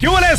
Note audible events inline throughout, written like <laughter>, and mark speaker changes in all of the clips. Speaker 1: tardes,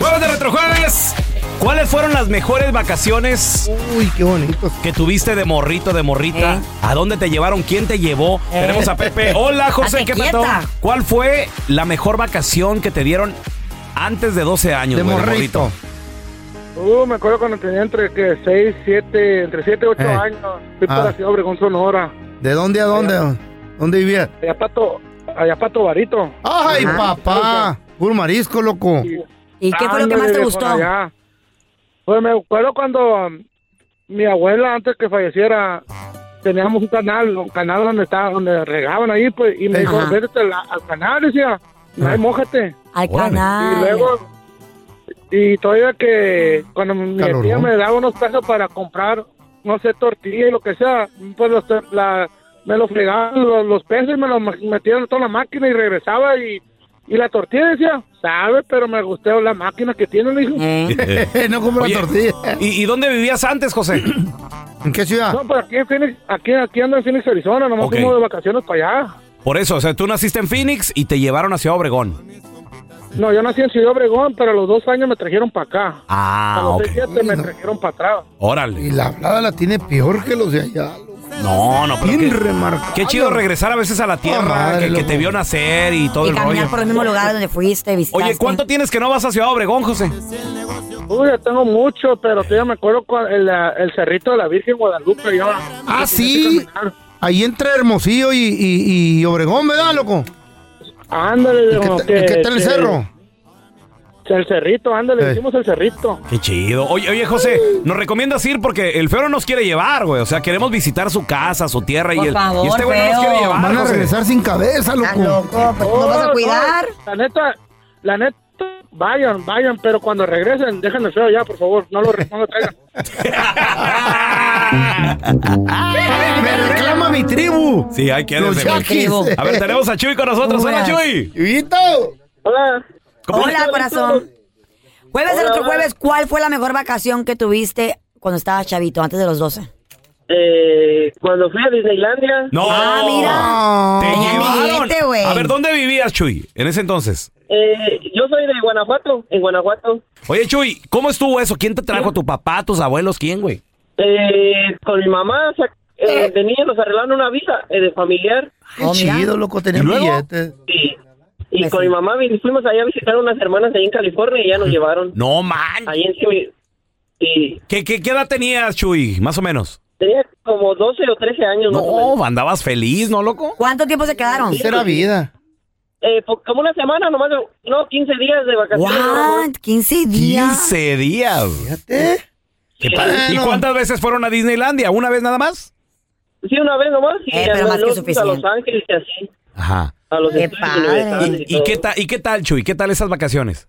Speaker 1: Jueves de Retrojueves. ¿Cuáles fueron las mejores vacaciones?
Speaker 2: Uy, qué bonitos.
Speaker 1: Que tuviste de morrito, de morrita.
Speaker 3: Eh.
Speaker 1: ¿A dónde te llevaron? ¿Quién te llevó?
Speaker 2: ¿Eh?
Speaker 1: Tenemos a
Speaker 2: <laughs>
Speaker 1: Pepe. Hola, José,
Speaker 3: Hazte
Speaker 1: ¿qué pasó?
Speaker 3: quieta.
Speaker 1: ¿Cuál fue la mejor vacación que te dieron antes de 12 años?
Speaker 2: De
Speaker 1: güey,
Speaker 2: morrito.
Speaker 4: Uh, me acuerdo cuando tenía entre que 6, 7, entre 7 y 8
Speaker 2: Eh.
Speaker 4: años. Fui
Speaker 2: Ah.
Speaker 4: para Ciudad Obregón, Sonora.
Speaker 2: ¿De dónde a dónde? ¿Dónde vivías?
Speaker 4: Allá pato, allá pato Barito.
Speaker 2: ¡Ay, papá! Puro marisco, loco.
Speaker 3: ¿Y qué fue lo que
Speaker 4: Ándale,
Speaker 3: más te
Speaker 4: viejo,
Speaker 3: gustó?
Speaker 4: allá. Pues me acuerdo cuando um, mi abuela, antes que falleciera, teníamos un canal, un canal donde estaba, donde regaban ahí, pues, y me dijo,
Speaker 3: Ajá.
Speaker 4: vete al, al canal, decía,
Speaker 2: Ah.
Speaker 4: ahí mójate.
Speaker 3: Al
Speaker 4: Y
Speaker 1: Órale.
Speaker 3: canal.
Speaker 4: luego, y todavía que cuando mi
Speaker 2: Calorón.
Speaker 4: tía me daba unos pesos para comprar, no sé, tortilla y lo que sea, pues los- la- me lo fregaban los, los pesos y me los ma- metían en toda la máquina y regresaba y, y la tortilla decía, sabe, pero me gustó la máquina que tiene, le dije,
Speaker 3: Eh.
Speaker 1: <laughs>
Speaker 2: <laughs> no compro
Speaker 1: Oye,
Speaker 2: la tortilla.
Speaker 1: ¿Y, y dónde vivías antes,
Speaker 2: <clears throat>
Speaker 1: José?
Speaker 2: ¿En qué ciudad?
Speaker 4: no, pues aquí en Phoenix, aquí, aquí ando en Phoenix, Arizona, nomás
Speaker 1: Ok.
Speaker 4: fuimos de vacaciones para allá.
Speaker 1: Por eso, o sea, tú naciste en Phoenix y te llevaron hacia Obregón.
Speaker 4: No, yo nací en Ciudad Obregón, pero a los dos años me trajeron para acá. a
Speaker 1: Ah,
Speaker 4: los
Speaker 1: ok.
Speaker 4: seis, siete me trajeron para atrás.
Speaker 2: Y
Speaker 1: Órale.
Speaker 2: la hablada la tiene peor que los de allá. loco.
Speaker 1: No, no, pero
Speaker 2: Bien
Speaker 1: qué,
Speaker 2: remarcable.
Speaker 1: qué chido regresar a veces a la tierra,
Speaker 2: madre,
Speaker 1: que, que te
Speaker 2: loco.
Speaker 1: vio nacer y todo
Speaker 3: Y
Speaker 1: el rollo.
Speaker 3: caminar por los mismos lugares donde fuiste, visitaste.
Speaker 1: Oye, ¿cuánto tienes que no vas a Ciudad Obregón, José?
Speaker 4: Uy, ya tengo mucho, pero todavía me acuerdo con el, ah, el cerrito de la Virgen Guadalupe. Yo,
Speaker 2: Ah,
Speaker 4: yo
Speaker 2: sí.
Speaker 4: tenía que caminar.
Speaker 2: Ahí entre Hermosillo y, y- y Obregón, ¿verdad, loco?
Speaker 4: Ándale,
Speaker 2: ¿En qué,
Speaker 4: como
Speaker 2: ta- en qué tal el
Speaker 4: que-
Speaker 2: cerro?
Speaker 4: que El cerrito, ándale,
Speaker 2: Eh.
Speaker 4: hicimos el cerrito.
Speaker 1: Qué chido. Oye, oye, José, nos recomiendas ir porque el feo no nos quiere llevar, güey. O sea, queremos visitar su casa, su tierra
Speaker 3: Por
Speaker 1: y, el,
Speaker 3: favor,
Speaker 1: y este güey no nos
Speaker 3: feo.
Speaker 1: quiere llevar.
Speaker 2: Van a
Speaker 1: José.
Speaker 2: regresar sin cabeza,
Speaker 3: Estás
Speaker 2: loco.
Speaker 3: loco, pues, ¿nos vas a
Speaker 4: Oh, No,
Speaker 3: cuidar?
Speaker 4: no, La neta, la neta, vayan, vayan, pero cuando regresen, dejen el feo ya, por favor, no lo, no lo
Speaker 2: <laughs>
Speaker 4: traigan.
Speaker 2: Me reclama mi tribu.
Speaker 1: sí, hay que
Speaker 2: Los yaquis.
Speaker 1: A ver, tenemos a Chuy con nosotros. Hola,
Speaker 3: Hola.
Speaker 1: Chuy.
Speaker 2: Chivito.
Speaker 4: Hola.
Speaker 1: ¿Cómo-
Speaker 3: Hola, corazón. Jueves del otro jueves, ¿cuál fue la mejor vacación que tuviste cuando estabas chavito, antes de los 12?
Speaker 4: Eh, cuando fui a Disneylandia,
Speaker 1: No.
Speaker 3: Ah, mira.
Speaker 1: Te
Speaker 2: Ah,
Speaker 3: Tenía
Speaker 1: llevaron.
Speaker 3: amiguete, güey.
Speaker 1: A ver, ¿dónde vivías, Chuy, en ese entonces?
Speaker 4: Eh, yo soy de Guanajuato, en Guanajuato.
Speaker 1: Oye, Chuy, ¿cómo estuvo eso? ¿Quién te trajo? ¿Tu papá, tus abuelos? ¿Quién, güey?
Speaker 4: Eh, con mi mamá, eh, de niños nos arreglaron una visa de familiar.
Speaker 2: Qué
Speaker 3: Eh. Oh, mira.
Speaker 2: chido, loco,
Speaker 1: ¿Y
Speaker 2: tenían
Speaker 1: luego?
Speaker 2: billetes.
Speaker 4: Sí.
Speaker 3: Pues
Speaker 4: Y con
Speaker 3: sí.
Speaker 4: mi mamá vi- fuimos allá a visitar a unas hermanas ahí en California y ya nos llevaron.
Speaker 1: No, man.
Speaker 4: Ahí en Simi- Y
Speaker 1: ¿Qué, qué, qué edad tenías, Chuy? Más o menos.
Speaker 4: tenía como 12 o 13 años. más o menos.
Speaker 1: No, andabas feliz, ¿no, loco?
Speaker 3: ¿Cuánto tiempo se quedaron?
Speaker 2: Esa era vida.
Speaker 4: Eh, po- como una semana nomás, no, 15 días de vacaciones.
Speaker 3: What? 15 días.
Speaker 1: 15 días.
Speaker 2: Fíjate.
Speaker 1: Qué padre. ¿Y
Speaker 2: Bueno.
Speaker 1: cuántas veces fueron a Disneylandia? ¿Una vez nada más?
Speaker 4: Sí, una vez nomás. Y
Speaker 3: Eh,
Speaker 4: ya
Speaker 3: pero
Speaker 4: nos
Speaker 3: más que
Speaker 4: fuimos a
Speaker 3: suficiente.
Speaker 4: Los Ángeles y así.
Speaker 1: Ajá.
Speaker 4: A los
Speaker 3: Qué
Speaker 4: estudios
Speaker 3: padre.
Speaker 4: universitarios
Speaker 1: ¿Y, y
Speaker 4: todo.
Speaker 1: qué tal, ¿Y qué tal, Chuy? ¿Qué tal esas vacaciones?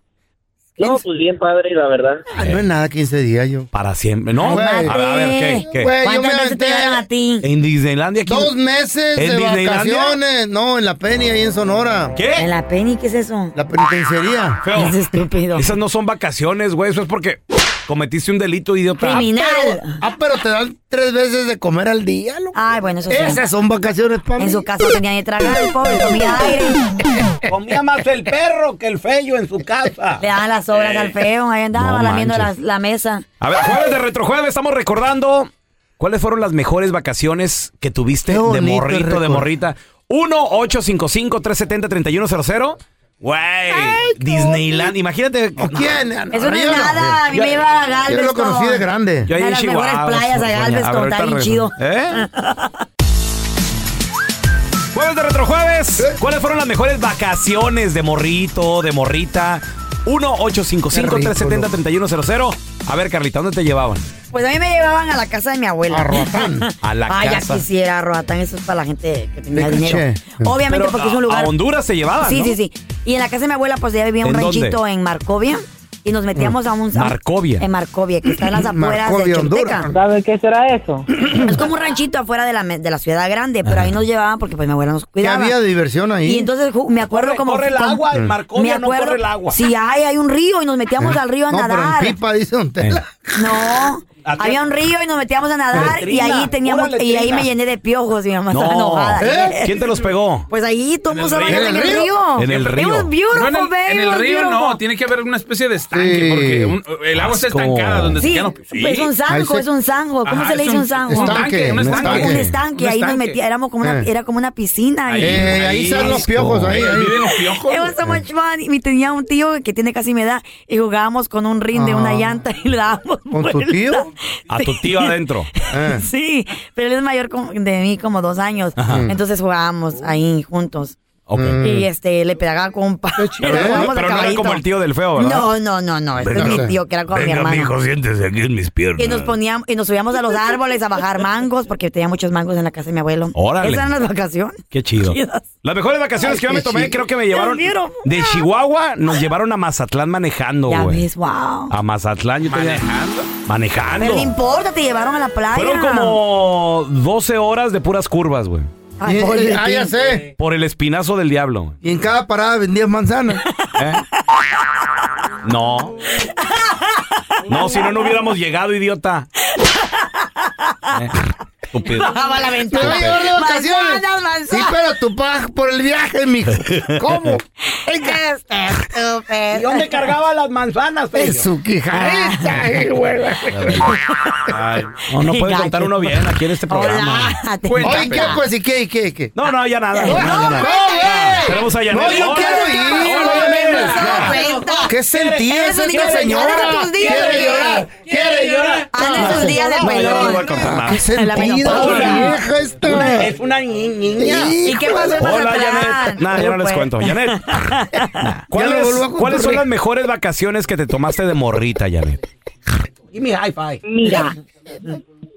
Speaker 4: No, pues bien padre, la verdad.
Speaker 2: Ah, No es nada 15 días yo.
Speaker 1: Eh. Para siempre. No,
Speaker 2: Güey.
Speaker 1: a ver, a ver, ¿qué? qué?
Speaker 2: Güey, yo me
Speaker 3: ¿Cuántas veces te
Speaker 2: aventé
Speaker 3: llevaron a ti?
Speaker 1: En Disneylandia, ¿quién-
Speaker 2: dos meses
Speaker 1: ¿En
Speaker 2: de
Speaker 1: Disneylandia?
Speaker 2: vacaciones. No, en la Peña ahí en Sonora.
Speaker 3: ¿En
Speaker 1: ¿Qué?
Speaker 3: la Penny? ¿Qué es eso?
Speaker 2: La penitenciaría.
Speaker 1: Feo.
Speaker 3: Es estúpido.
Speaker 1: Esas no son vacaciones, güey. Eso es porque cometiste un delito, idiota.
Speaker 3: Criminal.
Speaker 2: Ah, pero te dan tres veces de comer al día, loco.
Speaker 3: Ay, bueno, eso sí.
Speaker 2: Esas son vacaciones para
Speaker 3: En
Speaker 2: mí.
Speaker 3: su casa tenía que tragar el pobre, comía aire.
Speaker 1: <laughs> Comía más el perro que el fello en su casa.
Speaker 3: Le daban las obras al feo, ahí andaba
Speaker 1: No
Speaker 3: lamiendo la,
Speaker 1: manches.
Speaker 3: la mesa.
Speaker 1: A ver, jueves de retrojueves, estamos recordando cuáles fueron las mejores vacaciones que tuviste
Speaker 2: Qué
Speaker 1: de
Speaker 2: bonito el
Speaker 1: morrito, de
Speaker 2: récord.
Speaker 1: morrita. 1-855-370-3100. Güey, Disneyland. Imagínate.
Speaker 2: ¿O quién?
Speaker 3: Eso no es
Speaker 2: Yo lo-
Speaker 3: nada, a mí
Speaker 1: yo-
Speaker 3: me iba a
Speaker 2: Yo
Speaker 3: Galveston.
Speaker 2: lo conocí de grande.
Speaker 1: Yo ahí
Speaker 3: De
Speaker 1: en
Speaker 3: las mejores
Speaker 1: Chihuahua,
Speaker 3: playas de
Speaker 1: California.
Speaker 3: Galveston,
Speaker 1: A ver,
Speaker 3: está bien
Speaker 1: ahorita regreso. ¿Eh? Jueves de retrojueves.
Speaker 3: ¿Eh?
Speaker 1: ¿Cuáles fueron las mejores vacaciones de morrito, de morrita? 1-855-370-3100. A ver, Carlita, ¿dónde te
Speaker 3: <laughs>
Speaker 1: llevaban?
Speaker 3: Pues a mí me llevaban a la casa de mi abuela.
Speaker 2: A Roatán.
Speaker 1: A la
Speaker 3: Ay,
Speaker 1: casa.
Speaker 3: ya quisiera, Roatán, eso es para la gente que tenía
Speaker 2: De
Speaker 3: dinero.
Speaker 2: caché.
Speaker 3: Obviamente
Speaker 1: Pero
Speaker 3: porque es
Speaker 1: a-
Speaker 3: un lugar...
Speaker 1: A Honduras te llevaban.
Speaker 3: sí,
Speaker 1: ¿no?
Speaker 3: sí, sí. Y en la casa de mi abuela, pues ya vivía un
Speaker 1: ¿En Mm.
Speaker 3: ranchito en Marcovia. y nos metíamos a un... a-
Speaker 1: Marcovia.
Speaker 3: En Marcovia, que está en
Speaker 1: <laughs>
Speaker 3: las afueras
Speaker 2: Marcovia,
Speaker 3: de Choluteca.
Speaker 2: Honduras.
Speaker 5: ¿Sabe qué será eso?
Speaker 3: Es como un ranchito afuera de la, me- de la ciudad grande, pero ahí nos llevaban porque pues mi abuela nos
Speaker 2: ¿Qué
Speaker 3: cuidaba.
Speaker 2: había de diversión ahí? Mm.
Speaker 3: Y entonces ju- me acuerdo
Speaker 1: Corre-
Speaker 3: como...
Speaker 1: corre el
Speaker 3: como-
Speaker 1: agua, en Marcovia
Speaker 3: me
Speaker 1: no corre el agua.
Speaker 3: Sí, hay, hay un río y nos
Speaker 1: Ah.
Speaker 3: metíamos al río a
Speaker 2: no,
Speaker 3: nadar.
Speaker 2: pero en pipa, dice Don Tela.
Speaker 3: No,
Speaker 1: Aquí-
Speaker 3: había un río y nos metíamos a nadar y
Speaker 1: Letrina,
Speaker 3: ahí teníamos
Speaker 1: pura
Speaker 3: y ahí
Speaker 1: letrina.
Speaker 3: me llené de piojos, mi mamá <laughs> estaba
Speaker 1: No.
Speaker 3: enojada.
Speaker 1: ¿Eh? ¿Quién te los pegó?
Speaker 3: Pues ahí todo el mundo se
Speaker 6: río?
Speaker 3: bañaba en el río.
Speaker 1: En el
Speaker 3: It
Speaker 1: río.
Speaker 3: was beautiful,
Speaker 6: No, en el,
Speaker 3: baby,
Speaker 6: en
Speaker 3: it
Speaker 6: el
Speaker 3: was
Speaker 6: río no,
Speaker 3: beautiful.
Speaker 6: tiene que haber una especie de estanque,
Speaker 2: Sí.
Speaker 6: porque un- el agua está
Speaker 1: Asco.
Speaker 6: estancada donde se
Speaker 3: Sí,
Speaker 6: quedan.
Speaker 3: es Pues un zanjo,
Speaker 2: Ahí se-
Speaker 3: es un zanjo. ¿Cómo
Speaker 6: Ajá,
Speaker 3: se le
Speaker 6: es
Speaker 3: dice un zanjo?
Speaker 6: Un
Speaker 2: Estanque,
Speaker 6: estanque, un
Speaker 2: un
Speaker 6: estanque.
Speaker 3: Un estanque,
Speaker 6: Un
Speaker 3: ahí nos
Speaker 6: estanque.
Speaker 3: metíamos, éramos como una,
Speaker 2: Eh.
Speaker 3: era como una piscina.
Speaker 6: Ahí,
Speaker 3: y-
Speaker 2: Eh, ahí
Speaker 6: ahí,
Speaker 2: están los
Speaker 1: asco.
Speaker 2: piojos, ahí, ahí.
Speaker 6: Viven los piojos.
Speaker 3: It was so much fun. Y tenía un tío que tiene casi mi edad y jugábamos con un rin de una
Speaker 2: Ah.
Speaker 3: llanta y le dábamos
Speaker 2: ¿Con tu
Speaker 3: vuelta.
Speaker 2: tío?
Speaker 3: <laughs>
Speaker 1: A tu tío adentro.
Speaker 2: Eh.
Speaker 3: Sí, pero él es mayor como- de mí como dos años.
Speaker 2: Mm.
Speaker 3: Entonces jugábamos ahí juntos.
Speaker 1: Ok.
Speaker 3: Y este, le pegaba con un palo.
Speaker 2: chido,
Speaker 3: Pero
Speaker 2: ¿eh?
Speaker 3: <laughs> jugábamos
Speaker 1: Pero
Speaker 3: a
Speaker 1: no era
Speaker 3: caballito.
Speaker 1: como el tío del feo, ¿verdad?
Speaker 3: No, no, no, no. Este es
Speaker 2: Venga,
Speaker 3: mi tío que era con mi hermana.
Speaker 1: siéntese aquí en mis piernas.
Speaker 3: Y nos poníamos, y nos subíamos a los árboles a bajar mangos, porque tenía muchos mangos en la casa de mi abuelo.
Speaker 1: Órale.
Speaker 3: Esas eran las vacaciones.
Speaker 1: Qué chido. Las mejores vacaciones
Speaker 2: Ay,
Speaker 1: que yo
Speaker 2: qué
Speaker 1: me tomé,
Speaker 2: chido.
Speaker 1: creo que me llevaron.
Speaker 3: vieron.
Speaker 1: De Chihuahua nos llevaron a Mazatlán manejando,
Speaker 3: Ah. Ya
Speaker 1: güey.
Speaker 3: ves, wow.
Speaker 1: A Mazatlán, yo tenía.
Speaker 6: Manejando.
Speaker 1: Manejando.
Speaker 3: Pero no importa, te llevaron a la playa.
Speaker 1: Ah, Fueron como 12 horas de puras curvas, güey.
Speaker 3: Ay,
Speaker 2: Y-
Speaker 1: Eh,
Speaker 2: y-
Speaker 3: pobre
Speaker 2: ah, ya
Speaker 3: tío.
Speaker 2: sé.
Speaker 1: Por el espinazo del diablo.
Speaker 2: Y en cada parada vendías manzanas.
Speaker 1: <laughs> ¿eh? No. No, si no, no hubiéramos llegado, idiota. Eh, Estúpido.
Speaker 3: Bajaba la
Speaker 2: ¡Me
Speaker 3: ventana.
Speaker 2: va a llevar de vacaciones!
Speaker 3: Manzanas,
Speaker 2: Ah, Sí,
Speaker 3: manzanas.
Speaker 2: pero tú pagas por el viaje, mijo. ¿Cómo?
Speaker 1: ¿Y dónde cargaba las manzanas,
Speaker 2: En su
Speaker 3: Ah.
Speaker 2: quijareta, ay, güey.
Speaker 3: <laughs>
Speaker 1: No, no puede
Speaker 3: Gacho.
Speaker 1: contar uno bien aquí en este programa.
Speaker 3: Hola.
Speaker 2: Oye, ¿qué, pues? ¿Y qué, y qué, y qué?
Speaker 1: No, no, ya nada.
Speaker 2: ¡No,
Speaker 1: ya nada, ya
Speaker 2: no,
Speaker 1: nada.
Speaker 2: güey!
Speaker 1: Tenemos a Yanet.
Speaker 2: ¡No, yo
Speaker 1: Hola,
Speaker 2: quiero
Speaker 1: Yanet.
Speaker 2: ir!
Speaker 1: Hola,
Speaker 2: güey.
Speaker 1: Yanet.
Speaker 2: ¿Qué sentía
Speaker 3: Eres
Speaker 2: esa
Speaker 3: un niño de llorar
Speaker 2: señora?
Speaker 3: tus días.
Speaker 2: ¡Quiere llorar! ¡Quiere llorar!
Speaker 3: Anda en sus días de
Speaker 1: No, yo no voy a
Speaker 3: pelón.
Speaker 1: contar nada.
Speaker 2: ¿Qué
Speaker 3: La
Speaker 2: sentida
Speaker 3: menopausia.
Speaker 2: vieja esta?
Speaker 6: una niña.
Speaker 3: ¿Y qué pasó en
Speaker 1: Hola,
Speaker 3: Mazatlán?
Speaker 1: Janet. Nada, ya no les
Speaker 3: Pues,
Speaker 1: cuento. Janet, ¿cuáles-
Speaker 2: Ya lo vuelvo a contar.
Speaker 1: ¿cuáles son las mejores vacaciones que te tomaste de morrita, Janet?
Speaker 7: Mira,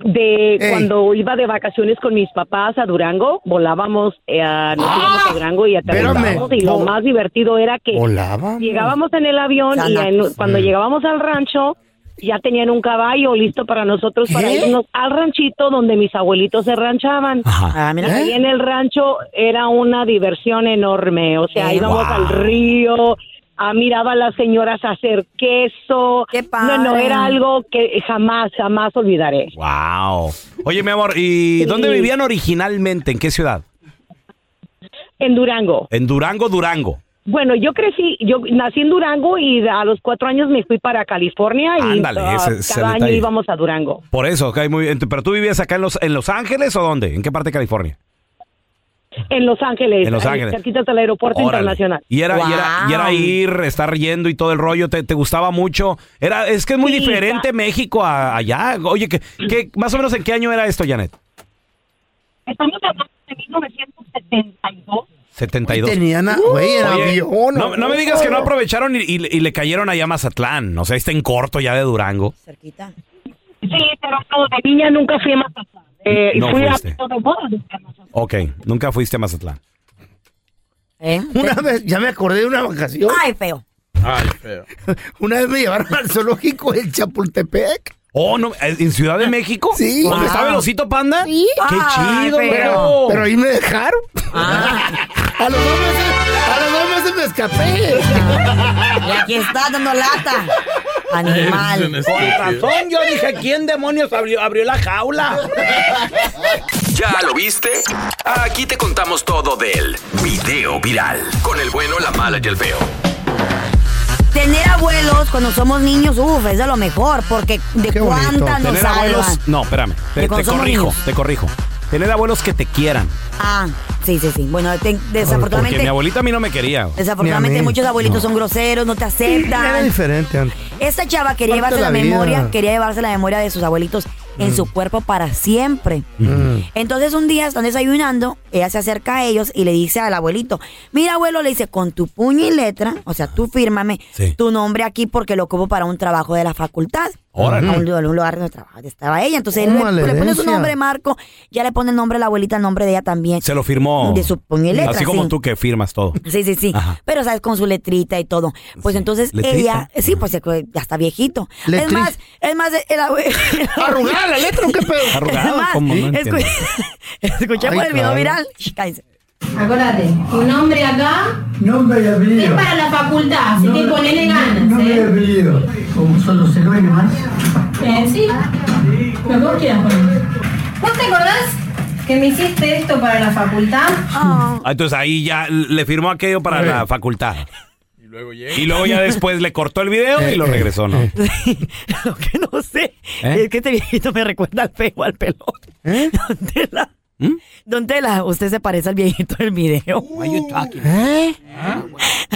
Speaker 7: de
Speaker 2: Ey.
Speaker 7: cuando iba de vacaciones con mis papás a Durango, volábamos, eh, a, nos íbamos a Durango y aterrizábamos
Speaker 2: Ah. espérame.
Speaker 7: y lo
Speaker 2: Vol-
Speaker 7: más divertido era que
Speaker 2: ¿Volaba?
Speaker 7: llegábamos en el avión y
Speaker 3: Sana.
Speaker 7: en- cuando llegábamos al rancho ya tenían un caballo listo para nosotros para
Speaker 2: ¿Qué?
Speaker 7: irnos al ranchito donde mis abuelitos se ranchaban.
Speaker 1: Ajá.
Speaker 3: Ah, mira.
Speaker 7: Ahí
Speaker 2: ¿Eh?
Speaker 7: en el rancho era una diversión enorme, o sea, íbamos al río, ah, miraba a las señoras hacer queso.
Speaker 3: Qué
Speaker 7: No, no,
Speaker 3: padre.
Speaker 7: era algo que jamás, jamás olvidaré.
Speaker 1: Wow. Oye, mi amor, ¿y dónde vivían originalmente? ¿En qué ciudad?
Speaker 7: En Durango.
Speaker 1: En Durango, Durango.
Speaker 7: Bueno, yo crecí, yo nací en Durango y a los cuatro años me fui para California y
Speaker 1: Ándale,
Speaker 7: ah,
Speaker 1: ese es el
Speaker 7: cada año
Speaker 1: detalle.
Speaker 7: íbamos a Durango.
Speaker 1: Por eso, ok, muy bien. ¿Pero tú vivías acá en Los, en los Ángeles o dónde? ¿En qué parte de California?
Speaker 7: En Los Ángeles.
Speaker 1: En Los
Speaker 7: ahí
Speaker 1: Ángeles.
Speaker 7: Cerquita del aeropuerto
Speaker 1: Órale.
Speaker 7: internacional.
Speaker 1: Y era, y, era, y era ir, estar yendo y todo el rollo, te, te gustaba mucho. Era, es que es muy
Speaker 7: Sí,
Speaker 1: diferente México a allá. Oye, ¿qué, qué, más o menos en qué año era esto, Janet?
Speaker 7: Estamos hablando de 1972.
Speaker 1: 72.
Speaker 2: Tenían a... Güey, en
Speaker 1: Oye,
Speaker 2: avión.
Speaker 1: no, no me digas que no aprovecharon y, y- y le cayeron allá a Mazatlán. O sea, está en corto ya de Durango.
Speaker 3: Cerquita.
Speaker 7: Sí, pero no, de niña nunca fui a Mazatlán. Eh,
Speaker 1: No
Speaker 7: fui
Speaker 1: fuiste.
Speaker 7: a todo modo de Mazatlán.
Speaker 1: Ok, nunca fuiste a Mazatlán.
Speaker 3: ¿Eh?
Speaker 2: Una vez, ya me acordé de una vacación.
Speaker 3: Ay, feo.
Speaker 6: Ay, feo.
Speaker 2: <laughs> Una vez me llevaron al zoológico del Chapultepec.
Speaker 1: Oh, no, ¿en Ciudad de México?
Speaker 2: Ah, Sí.
Speaker 1: ¿Dónde
Speaker 2: Wow.
Speaker 1: estaba el osito panda? ¡Qué
Speaker 3: Ay,
Speaker 1: chido,
Speaker 3: feo.
Speaker 1: pero,
Speaker 2: Pero ahí me dejaron.
Speaker 3: Ah,
Speaker 2: <laughs> A los dos meses, a los dos meses me escapé.
Speaker 3: y aquí está dando lata.
Speaker 6: Es un
Speaker 3: Animal.
Speaker 6: estúpido.
Speaker 1: yo dije, ¿quién demonios abrió, abrió la jaula?
Speaker 8: ¿Ya lo viste? Aquí te contamos todo del video viral. Con el bueno, la mala y el feo.
Speaker 3: Tener abuelos cuando somos niños, uff, es de lo mejor, porque de
Speaker 2: Qué bonito.
Speaker 3: cuánta nos
Speaker 1: Tener
Speaker 3: salvan.
Speaker 1: abuelos... No, espérame.
Speaker 3: De
Speaker 1: Te, te
Speaker 3: consumo
Speaker 1: corrijo,
Speaker 3: niños.
Speaker 1: te corrijo. Tener abuelos que te quieran.
Speaker 3: Ah, sí, sí, sí. Bueno, te-
Speaker 1: Porque mi
Speaker 3: desafortunadamente,
Speaker 1: abuelita a mí no me quería.
Speaker 2: Ni a
Speaker 3: desafortunadamente
Speaker 2: mí.
Speaker 3: muchos abuelitos son groseros, no te
Speaker 2: Era
Speaker 3: aceptan.
Speaker 2: diferente antes.
Speaker 3: Esta chava quería llevarse
Speaker 2: Parte de
Speaker 3: la,
Speaker 2: la vida. Mm.
Speaker 3: memoria, quería llevarse la memoria de sus abuelitos en su cuerpo para siempre.
Speaker 1: Mm.
Speaker 3: Entonces un día están desayunando, ella se acerca a ellos y le dice al abuelito, mira abuelo, le dice, con tu puño y letra, o sea, tú fírmame
Speaker 1: Sí.
Speaker 3: tu nombre aquí porque lo ocupo para un trabajo de la facultad. a un, lu- a un lugar donde trabajaba, estaba ella. Entonces él
Speaker 2: Toma la
Speaker 3: le, le pone su
Speaker 2: herencia.
Speaker 3: nombre, Marco, ya le pone el nombre a la abuelita, el nombre de ella también.
Speaker 1: Se lo firmó.
Speaker 3: Eh, De su puño y letra,
Speaker 1: Así como
Speaker 3: sí.
Speaker 1: tú que firmas todo.
Speaker 3: Sí, sí, sí.
Speaker 1: Ajá.
Speaker 3: Pero, ¿sabes? Con su letrita y todo. Pues entonces
Speaker 1: ¿Letrita?
Speaker 3: ella, sí, pues se- ya está viejito. Es
Speaker 2: Letri-
Speaker 3: más, es más, el abue-
Speaker 1: <laughs>
Speaker 2: ¿Arrugar la letra o qué pedo?
Speaker 1: Arrugado,
Speaker 3: Es más,
Speaker 1: como no
Speaker 3: escu-
Speaker 1: entiendo.
Speaker 3: <laughs> Escuché
Speaker 2: Ay,
Speaker 3: por el video
Speaker 2: caray.
Speaker 3: viral. Shh, cállense.
Speaker 5: Acuérdate, tu nombre acá
Speaker 9: Nombre y
Speaker 5: es
Speaker 9: apellido.
Speaker 5: para la facultad, así que ponele ganas,
Speaker 9: Nombre y
Speaker 5: ¿eh?
Speaker 9: apellido. Como son los héroes más.
Speaker 5: Eh, Sí, lo que vos quieras poner. ¿Vos te acordás que me hiciste esto para la facultad?
Speaker 3: Ah,
Speaker 1: Ah, Entonces ahí ya le firmó aquello para la facultad.
Speaker 6: Y luego llega.
Speaker 1: Y luego ya después le cortó el video
Speaker 2: Eh,
Speaker 1: y lo regresó, ¿no?
Speaker 3: lo que no sé
Speaker 1: ¿Eh?
Speaker 3: es que este viejito me recuerda al feo, al pelón.
Speaker 2: ¿Eh?
Speaker 3: <laughs> Don Tela.
Speaker 2: ¿Mm?
Speaker 3: Don Tela, usted se parece al viejito del <laughs> video.
Speaker 2: ¿Eh?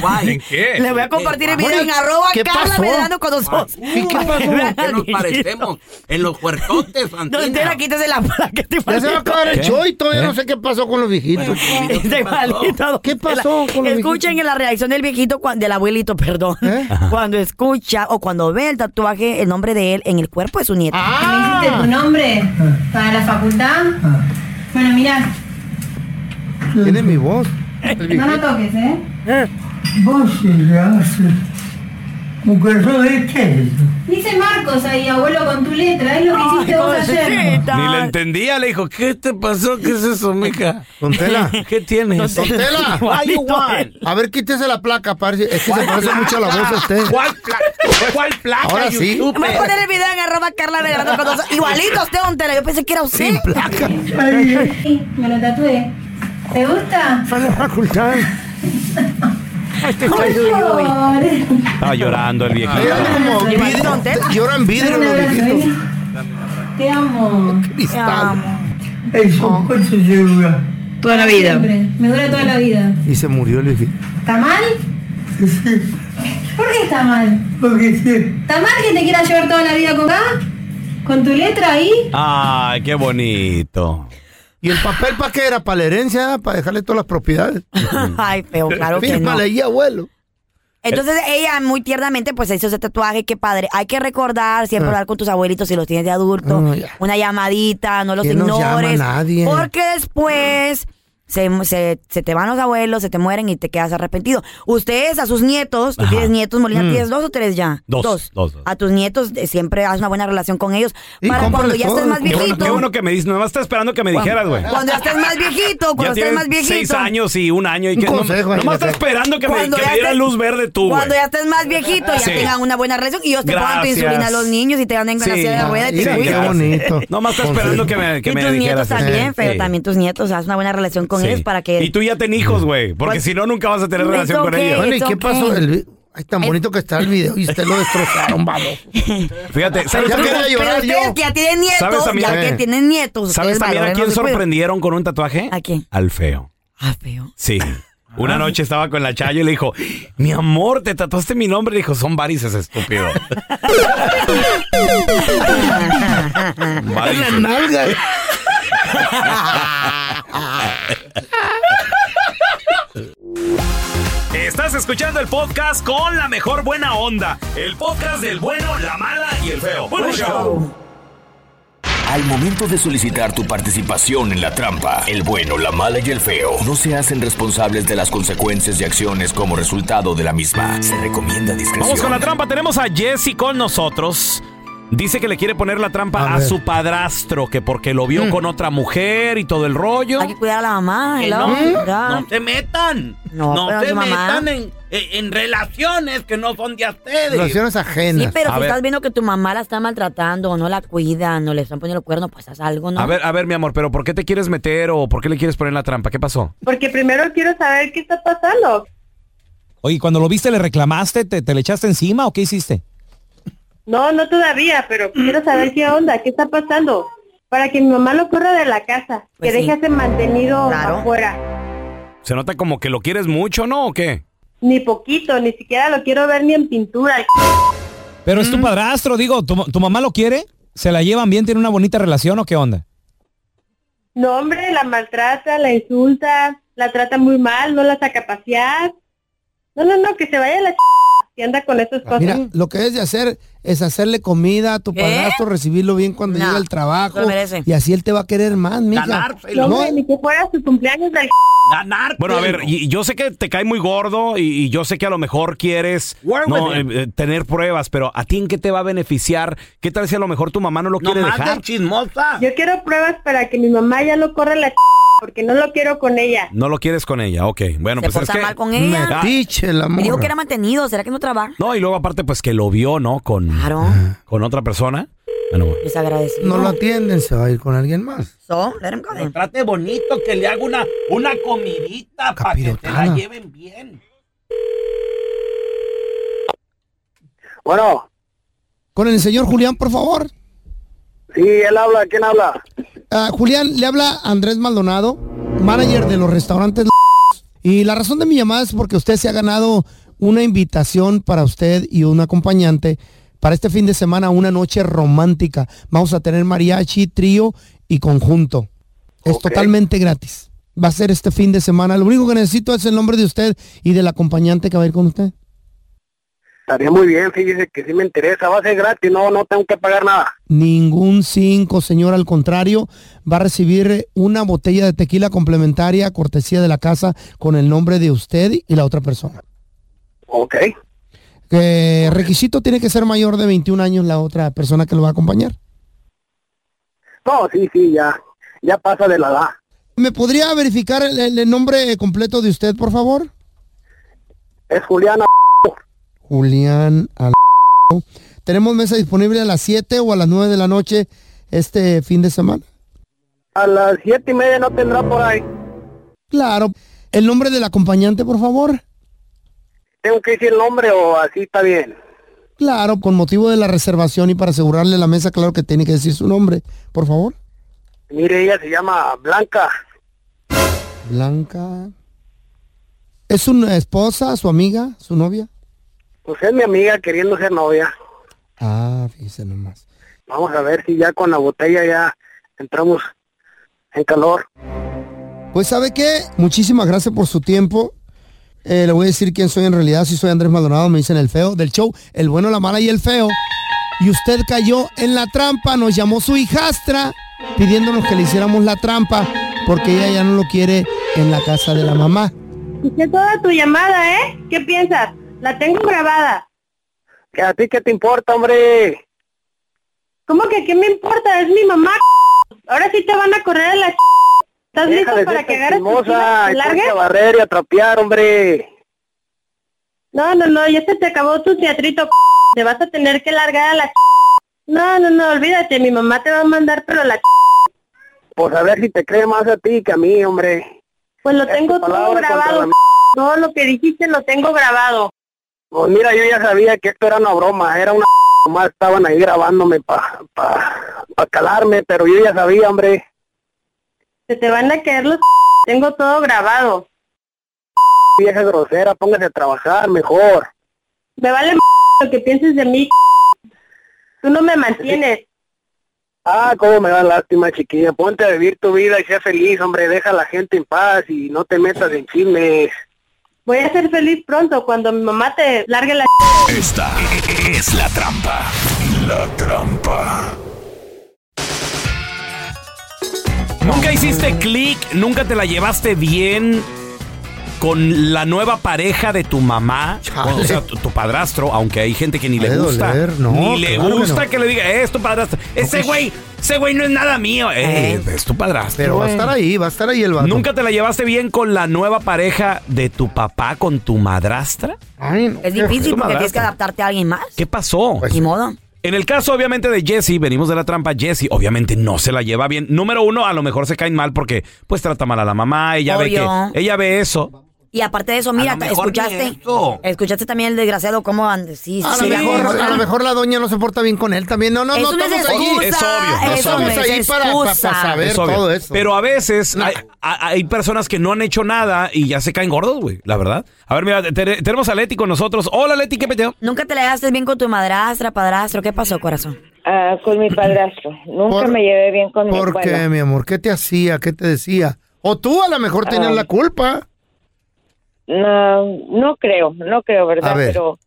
Speaker 3: ¿Ah?
Speaker 6: ¿En qué?
Speaker 3: Le voy a compartir el video
Speaker 2: Oye,
Speaker 3: en arroba
Speaker 2: ¿qué
Speaker 3: Carla
Speaker 2: pasó?
Speaker 3: Medrano con nosotros.
Speaker 2: ¿Y
Speaker 3: <laughs>
Speaker 2: qué pasó?
Speaker 3: Ah, ¿Qué nos parecemos? En los puercotes, Don Tela, quítese la placa. Este
Speaker 2: Ya se va a
Speaker 3: maldito.
Speaker 2: acabar el
Speaker 1: ¿Qué?
Speaker 2: show y todavía
Speaker 1: ¿Eh?
Speaker 2: no sé qué pasó con los viejitos.
Speaker 3: <laughs> Este maldito don
Speaker 2: ¿Qué
Speaker 3: Tela.
Speaker 2: pasó con los
Speaker 3: Escuchen la reacción del viejito, cuan- del abuelito, perdón.
Speaker 2: ¿Eh?
Speaker 3: <laughs> Cuando escucha o cuando ve el tatuaje, el nombre de él en el cuerpo de su nieto.
Speaker 5: ¿Que me hiciste tu
Speaker 2: ¡Ah!
Speaker 5: nombre para la facultad? Bueno, mirá,
Speaker 2: Tiene mi voz. El
Speaker 5: no
Speaker 2: viejito.
Speaker 5: lo toques, ¿eh?
Speaker 9: Vos si le haces un corazón de queso.
Speaker 5: Dice Marcos ahí, abuelo, con tu letra, es lo que hiciste vos ayer.
Speaker 3: Pobrecita.
Speaker 1: Ni le entendía, le dijo, ¿qué te pasó? ¿Qué es eso, mica?
Speaker 2: Don Tela.
Speaker 1: <laughs> ¿Qué tienes? <laughs>
Speaker 2: Don Tela. A ver, quítese la placa, parce. Es que se parece mucho a la voz de usted.
Speaker 1: ¿Cuál placa? ¿Cuál placa?
Speaker 2: Ahora sí.
Speaker 3: Voy a poner el video en arroba Carla Medrano con nosotros. Igualito a usted, Don Tela. Yo pensé que era usted.
Speaker 5: Sí, me lo tatué. ¿Te gusta?
Speaker 2: Fue a la facultad.
Speaker 5: Por favor.
Speaker 1: Estaba llorando el viejito.
Speaker 2: Lloran como
Speaker 5: Igualito
Speaker 2: vidrio.
Speaker 3: Don Tela.
Speaker 2: Lloran vidrio
Speaker 5: Dame un
Speaker 2: los
Speaker 5: abrazo,
Speaker 2: viejitos.
Speaker 5: ¿eh? Te amo.
Speaker 2: Cristal.
Speaker 9: El sococho llega.
Speaker 5: Toda la vida. Me dura toda la vida.
Speaker 2: Y se murió el viejito.
Speaker 5: ¿Está mal?
Speaker 9: Sí,
Speaker 5: ¿Por qué está mal?
Speaker 9: porque sí.
Speaker 5: ¿Está mal que te quieras llevar toda la vida con acá? ¿Con tu letra ahí?
Speaker 1: Ay, qué bonito.
Speaker 2: ¿Y el papel para qué era? ¿Para la herencia? ¿Para dejarle todas las propiedades?
Speaker 3: <laughs> Ay, feo, claro que no.
Speaker 2: Fírmale ahí, abuelo.
Speaker 3: Entonces ella muy tiernamente pues se hizo ese tatuaje, qué padre. Hay que recordar, siempre hablar con tus abuelitos si los tienes de adulto.
Speaker 2: Ah, ya.
Speaker 3: Una llamadita, no los
Speaker 2: ¿Quién nos llama?
Speaker 3: ignores.
Speaker 2: Nadie.
Speaker 3: Porque después se, se- se te van los abuelos, se te mueren y te quedas arrepentido. Ustedes a sus nietos, tú
Speaker 1: Ajá.
Speaker 3: tienes nietos, Molina,
Speaker 2: Mm.
Speaker 3: ¿tienes dos o tres ya?
Speaker 1: Dos, dos, dos.
Speaker 3: A tus nietos eh, siempre haz una buena relación con ellos.
Speaker 2: Y
Speaker 3: para cuando
Speaker 2: cómprales
Speaker 3: ya
Speaker 2: todo,
Speaker 3: estés más
Speaker 2: qué
Speaker 1: Qué bueno,
Speaker 3: viejito.
Speaker 1: qué bueno que me dices. Nomás estaba esperando que me dijeras, güey.
Speaker 3: Cuando ya estés más viejito,
Speaker 1: Ya
Speaker 3: cuando estés
Speaker 1: tienes
Speaker 3: más viejito.
Speaker 1: seis años y un año. Y
Speaker 2: Un
Speaker 1: que,
Speaker 2: consejo,
Speaker 1: no, nomás
Speaker 2: imagínate.
Speaker 1: estaba esperando que me, que
Speaker 3: Cuando
Speaker 1: me
Speaker 3: ya
Speaker 1: dieran
Speaker 3: estés-
Speaker 1: luz verde tú, güey.
Speaker 3: Cuando ya estés más viejito, ya
Speaker 1: Sí.
Speaker 3: tengan una buena relación y ellos te pongan tu
Speaker 1: Gracias.
Speaker 3: insulina a los niños y te anden en
Speaker 1: Sí.
Speaker 3: la silla de rueda y
Speaker 1: Sí,
Speaker 3: te
Speaker 2: Mira, qué
Speaker 1: gracias.
Speaker 3: cuidas.
Speaker 2: bonito.
Speaker 1: <laughs> Nomás estaba esperando que me, que
Speaker 3: y
Speaker 1: me
Speaker 3: tus nietos
Speaker 1: dijeras. eso.
Speaker 3: también, pero
Speaker 1: Sí.
Speaker 3: también tus nietos, haz una buena relación con
Speaker 1: Sí.
Speaker 3: ellos para que...
Speaker 1: Y tú ya ten hijos, güey. Porque
Speaker 3: Pues-
Speaker 1: si no, nunca vas a tener
Speaker 3: It's
Speaker 1: relación con
Speaker 3: okay.
Speaker 1: ellos.
Speaker 2: Mm. Bueno, ¿y
Speaker 3: It's
Speaker 2: qué
Speaker 3: okay.
Speaker 2: pasó? El vi- Ay, tan bonito que está el video y usted lo destrozaron, vamos.
Speaker 3: <laughs>
Speaker 1: Fíjate, ¿sabes,
Speaker 2: Ah, Ya
Speaker 1: tú-
Speaker 2: quería
Speaker 3: pero
Speaker 2: llorar yo.
Speaker 3: ustedes que ya tienen
Speaker 1: ¿Sabes
Speaker 3: nietos,
Speaker 1: también-
Speaker 3: ya
Speaker 2: Eh.
Speaker 3: que tienen nietos,
Speaker 1: ¿sabes
Speaker 3: ustedes
Speaker 1: también a
Speaker 3: valoren
Speaker 1: quién
Speaker 3: los descuidos.
Speaker 1: sorprendieron con un tatuaje?
Speaker 3: ¿A quién?
Speaker 1: Al feo.
Speaker 3: Ah, feo.
Speaker 1: Sí. Una noche estaba con la Chayo y le dijo, mi amor, te tatuaste mi nombre. Le dijo, son
Speaker 3: <laughs>
Speaker 1: varices, estúpido. Varices.
Speaker 2: nalga.
Speaker 10: Ah,
Speaker 1: Estás escuchando el podcast con la mejor buena onda. El podcast del bueno, la mala y el feo. Buen show.
Speaker 8: Al momento de solicitar tu participación en la trampa, el bueno, la mala y el feo no se hacen responsables de las consecuencias y acciones como resultado de la misma. Se recomienda discreción.
Speaker 1: Vamos con la trampa. Tenemos a Jesse con nosotros. Dice que le quiere poner la trampa
Speaker 2: A
Speaker 1: a,
Speaker 2: ver.
Speaker 1: su padrastro, que porque lo
Speaker 11: Mm.
Speaker 1: vio con otra mujer y todo el rollo.
Speaker 3: Hay que cuidar a la mamá, hello. Ya.
Speaker 11: se metan.
Speaker 3: No, pero su mamá-
Speaker 11: en, en- en relaciones que no son de ustedes.
Speaker 2: Relaciones
Speaker 3: Sí,
Speaker 2: ajenas.
Speaker 3: pero
Speaker 1: A
Speaker 3: si
Speaker 1: ver.
Speaker 3: estás viendo que tu mamá la está maltratando, o no la cuidan, o le están poniendo el cuerno, pues haz algo, ¿no?
Speaker 1: A ver, a ver, mi amor, pero ¿por qué te quieres meter o por qué le quieres poner la trampa? ¿Qué pasó?
Speaker 12: Porque primero quiero saber qué está pasando.
Speaker 11: Oye, cuando lo viste, ¿le reclamaste? ¿Te, te le echaste encima o qué hiciste?
Speaker 12: No, no todavía, pero
Speaker 3: Mm.
Speaker 12: quiero saber qué onda, qué está pasando. Para que mi mamá lo corra de la casa, que
Speaker 3: Pues sí.
Speaker 12: deje ese mantenido
Speaker 3: Claro.
Speaker 12: afuera.
Speaker 1: Se nota como que lo quieres mucho, ¿no? ¿O qué?
Speaker 12: Ni poquito, ni siquiera lo quiero ver ni en pintura.
Speaker 11: Pero
Speaker 3: Mm.
Speaker 11: es tu padrastro, digo, ¿tu, tu mamá lo quiere? ¿Se la llevan bien? ¿Tiene una bonita relación o qué onda?
Speaker 12: No, hombre, la maltrata, la insulta, la trata muy mal, no la saca a pasear. No, no, no, que se vaya a la ch... que anda con esas cosas.
Speaker 13: Ah, Mira, lo que debes de hacer es hacerle comida a tu
Speaker 12: ¿Qué?
Speaker 13: padrastro, recibirlo bien cuando
Speaker 12: No,
Speaker 13: llega al trabajo.
Speaker 12: lo merece. pues,
Speaker 13: Y así él te va a querer más, mija.
Speaker 12: Ganárselo. No, hombre, ni que fuera su cumpleaños del...
Speaker 1: Ganar. Bueno, a ver, y- y yo sé que te cae muy gordo y, y yo sé que a lo mejor quieres no,
Speaker 14: with him.
Speaker 1: eh, eh, tener pruebas, pero ¿a ti en qué te va a beneficiar? ¿Qué tal si a lo mejor tu mamá no lo quiere dejar?
Speaker 12: chismosa. Yo quiero pruebas para que mi mamá ya no corra la ch- porque no lo quiero con ella.
Speaker 1: No lo quieres con ella, ok. Bueno,
Speaker 3: Se
Speaker 1: pues es
Speaker 3: porta
Speaker 1: que...
Speaker 3: mal con ella.
Speaker 1: Ah,
Speaker 3: Me dijo que era mantenido, ¿será que no trabaja?
Speaker 1: No, y luego aparte pues que lo vio, ¿no? Con, con otra persona. Bueno, bueno.
Speaker 3: Les
Speaker 12: <laughs>
Speaker 3: agradecido.
Speaker 13: No lo atienden, se va a ir con alguien más.
Speaker 3: So, let him go then.
Speaker 14: Trate bonito, que le haga una, una comidita para que te la lleven bien.
Speaker 15: Bueno.
Speaker 13: Con el señor Julián, por favor.
Speaker 15: Sí, él habla. ¿Quién habla?
Speaker 13: Ah, Julián, le habla Andrés Maldonado, manager de los restaurantes. Los Y la razón de mi llamada es porque usted se ha ganado una invitación para usted y un acompañante para este fin de semana, una noche romántica. Vamos a tener mariachi, trío y conjunto. Es totalmente gratis. Va a ser este fin de semana. Lo único que necesito es el nombre de usted y del acompañante que va a ir con usted.
Speaker 15: Estaría muy bien, fíjese que sí me interesa. Va a ser gratis, no, no tengo que pagar nada.
Speaker 13: Ningún cinco, señor. Al contrario, va a recibir una botella de tequila complementaria, cortesía de la casa, con el nombre de usted y la otra persona.
Speaker 15: Ok.
Speaker 13: Que requisito tiene que ser mayor de 21 años la otra persona que lo va a acompañar.
Speaker 15: No, sí, sí, ya. Ya pasa de la edad.
Speaker 13: ¿Me podría verificar el, el- el nombre completo de usted, por favor?
Speaker 15: Es Juliana.
Speaker 13: Julián Al. Tenemos mesa disponible a las 7 o a las 9 de la noche este fin de semana.
Speaker 15: A las siete y media no tendrá por ahí.
Speaker 13: Claro. ¿El nombre del acompañante, por favor?
Speaker 15: ¿Tengo que decir el nombre o así está bien?
Speaker 13: Claro, con motivo de la reservación y para asegurarle la mesa, claro que tiene que decir su nombre, por favor.
Speaker 15: Mire, ella se llama Blanca.
Speaker 13: Blanca. ¿Es su esposa, su amiga, su novia?
Speaker 15: Pues es mi amiga queriendo ser novia.
Speaker 13: Ah, fíjese nomás.
Speaker 15: Vamos a ver si ya con la botella ya entramos en calor.
Speaker 13: Pues sabe qué, muchísimas gracias por su tiempo. Eh, le voy a decir quién soy en realidad, si soy Andrés Maldonado, me dicen el feo del show, el bueno, la mala y el feo. Y usted cayó en la trampa, nos llamó su hijastra pidiéndonos que le hiciéramos la trampa porque ella ya no lo quiere en la casa de la mamá.
Speaker 12: Escuché toda tu llamada, ¿eh? ¿Qué piensas? La tengo grabada.
Speaker 15: ¿Que a ti qué te importa, hombre?
Speaker 12: ¿Cómo que qué me importa? Es mi mamá. Ahora sí te van a correr a la... ¿Estás
Speaker 15: Deja de
Speaker 12: listo
Speaker 15: ser
Speaker 12: para
Speaker 15: tan
Speaker 12: que agarres tus
Speaker 15: chismosa
Speaker 12: chivas y
Speaker 15: y
Speaker 12: te largues?
Speaker 15: ponte a barrer y a trapear, hombre.
Speaker 12: No, no, no, ya se te acabó tu teatrito, c***. te vas a tener que largar a la c***. No, no, no, olvídate, mi mamá te va a mandar, pero la c***.
Speaker 15: Pues a ver si te cree más a ti que a mí, hombre.
Speaker 12: Pues lo
Speaker 15: Es tu
Speaker 12: tengo todo
Speaker 15: palabra contra
Speaker 12: grabado,
Speaker 15: la
Speaker 12: c***. todo lo que dijiste lo tengo grabado.
Speaker 15: Pues mira, yo ya sabía que esto era una broma, era una <laughs> más estaban ahí grabándome para pa, pa calarme, pero yo ya sabía, hombre.
Speaker 12: Se te van a caer los c***. tengo todo grabado.
Speaker 15: Vieja grosera, póngase a trabajar mejor.
Speaker 12: Me vale m- lo que pienses de mí. c***. Tú no me mantienes.
Speaker 15: Ah, cómo me da lástima, chiquilla. Ponte a vivir tu vida y sea feliz, hombre. Deja a la gente en paz y no te metas en chismes.
Speaker 12: Voy a ser feliz pronto cuando mi mamá te largue la c***.
Speaker 8: Esta es la trampa. La trampa.
Speaker 1: Nunca hiciste clic, nunca te la llevaste bien con la nueva pareja de tu mamá, o sea, tu, tu padrastro, aunque hay gente que ni
Speaker 2: Ha
Speaker 1: le
Speaker 2: de
Speaker 1: gusta,
Speaker 2: doler, no,
Speaker 1: ni le
Speaker 2: claro que
Speaker 1: gusta que,
Speaker 2: no.
Speaker 1: le diga, eh, es tu padrastro, ese
Speaker 2: que-
Speaker 1: güey, ese güey no es nada mío, eh,
Speaker 2: Eh.
Speaker 1: es tu padrastro.
Speaker 2: Pero va a
Speaker 1: güey.
Speaker 2: estar ahí, va a estar ahí el vato.
Speaker 1: ¿Nunca te la llevaste bien con la nueva pareja de tu papá, con tu madrastra?
Speaker 3: Es difícil porque
Speaker 1: Tu
Speaker 3: tienes que
Speaker 1: madrastra.
Speaker 3: adaptarte a alguien más.
Speaker 1: ¿Qué pasó?
Speaker 3: Ni modo.
Speaker 1: En el caso, obviamente, de Jesse, venimos de la trampa. Jesse, obviamente, no se la lleva bien. Número uno, a lo mejor se caen mal porque, pues, trata mal a la mamá. Ella
Speaker 3: Obvio.
Speaker 1: ve que, ella ve eso.
Speaker 3: Y aparte de eso, mira, escuchaste. Escuchaste también el desgraciado cómo ande- Sí,
Speaker 13: A,
Speaker 3: sí,
Speaker 13: lo mejor, a lo mejor la doña no se porta bien con él también. No, no,
Speaker 3: Eso
Speaker 13: no,
Speaker 3: no es
Speaker 13: estamos ahí.
Speaker 3: excusa, Es obvio,
Speaker 13: No
Speaker 3: Ah, es
Speaker 13: estamos
Speaker 3: obvio,
Speaker 13: ahí
Speaker 3: es
Speaker 13: para, para- para
Speaker 3: excusa.
Speaker 13: saber
Speaker 1: Es obvio.
Speaker 13: todo eso.
Speaker 1: Pero a veces hay, a- hay personas que no han hecho nada y ya se caen gordos, güey, la verdad. A ver, mira, te- tenemos a Leti con nosotros. Hola, Leti, ¿qué peteo?
Speaker 3: Nunca te la llevaste bien con tu madrastra, padrastro. ¿Qué pasó, corazón?
Speaker 10: Ah, con mi padrastro. Nunca me llevé bien con mi
Speaker 13: ¿Por
Speaker 10: abuelo.
Speaker 13: qué, mi amor? ¿Qué te hacía? ¿Qué te decía? O tú a lo mejor tenías
Speaker 10: Ah.
Speaker 13: la culpa.
Speaker 10: No, no creo, no creo,
Speaker 13: A
Speaker 10: ¿verdad?
Speaker 13: ver.
Speaker 10: Pero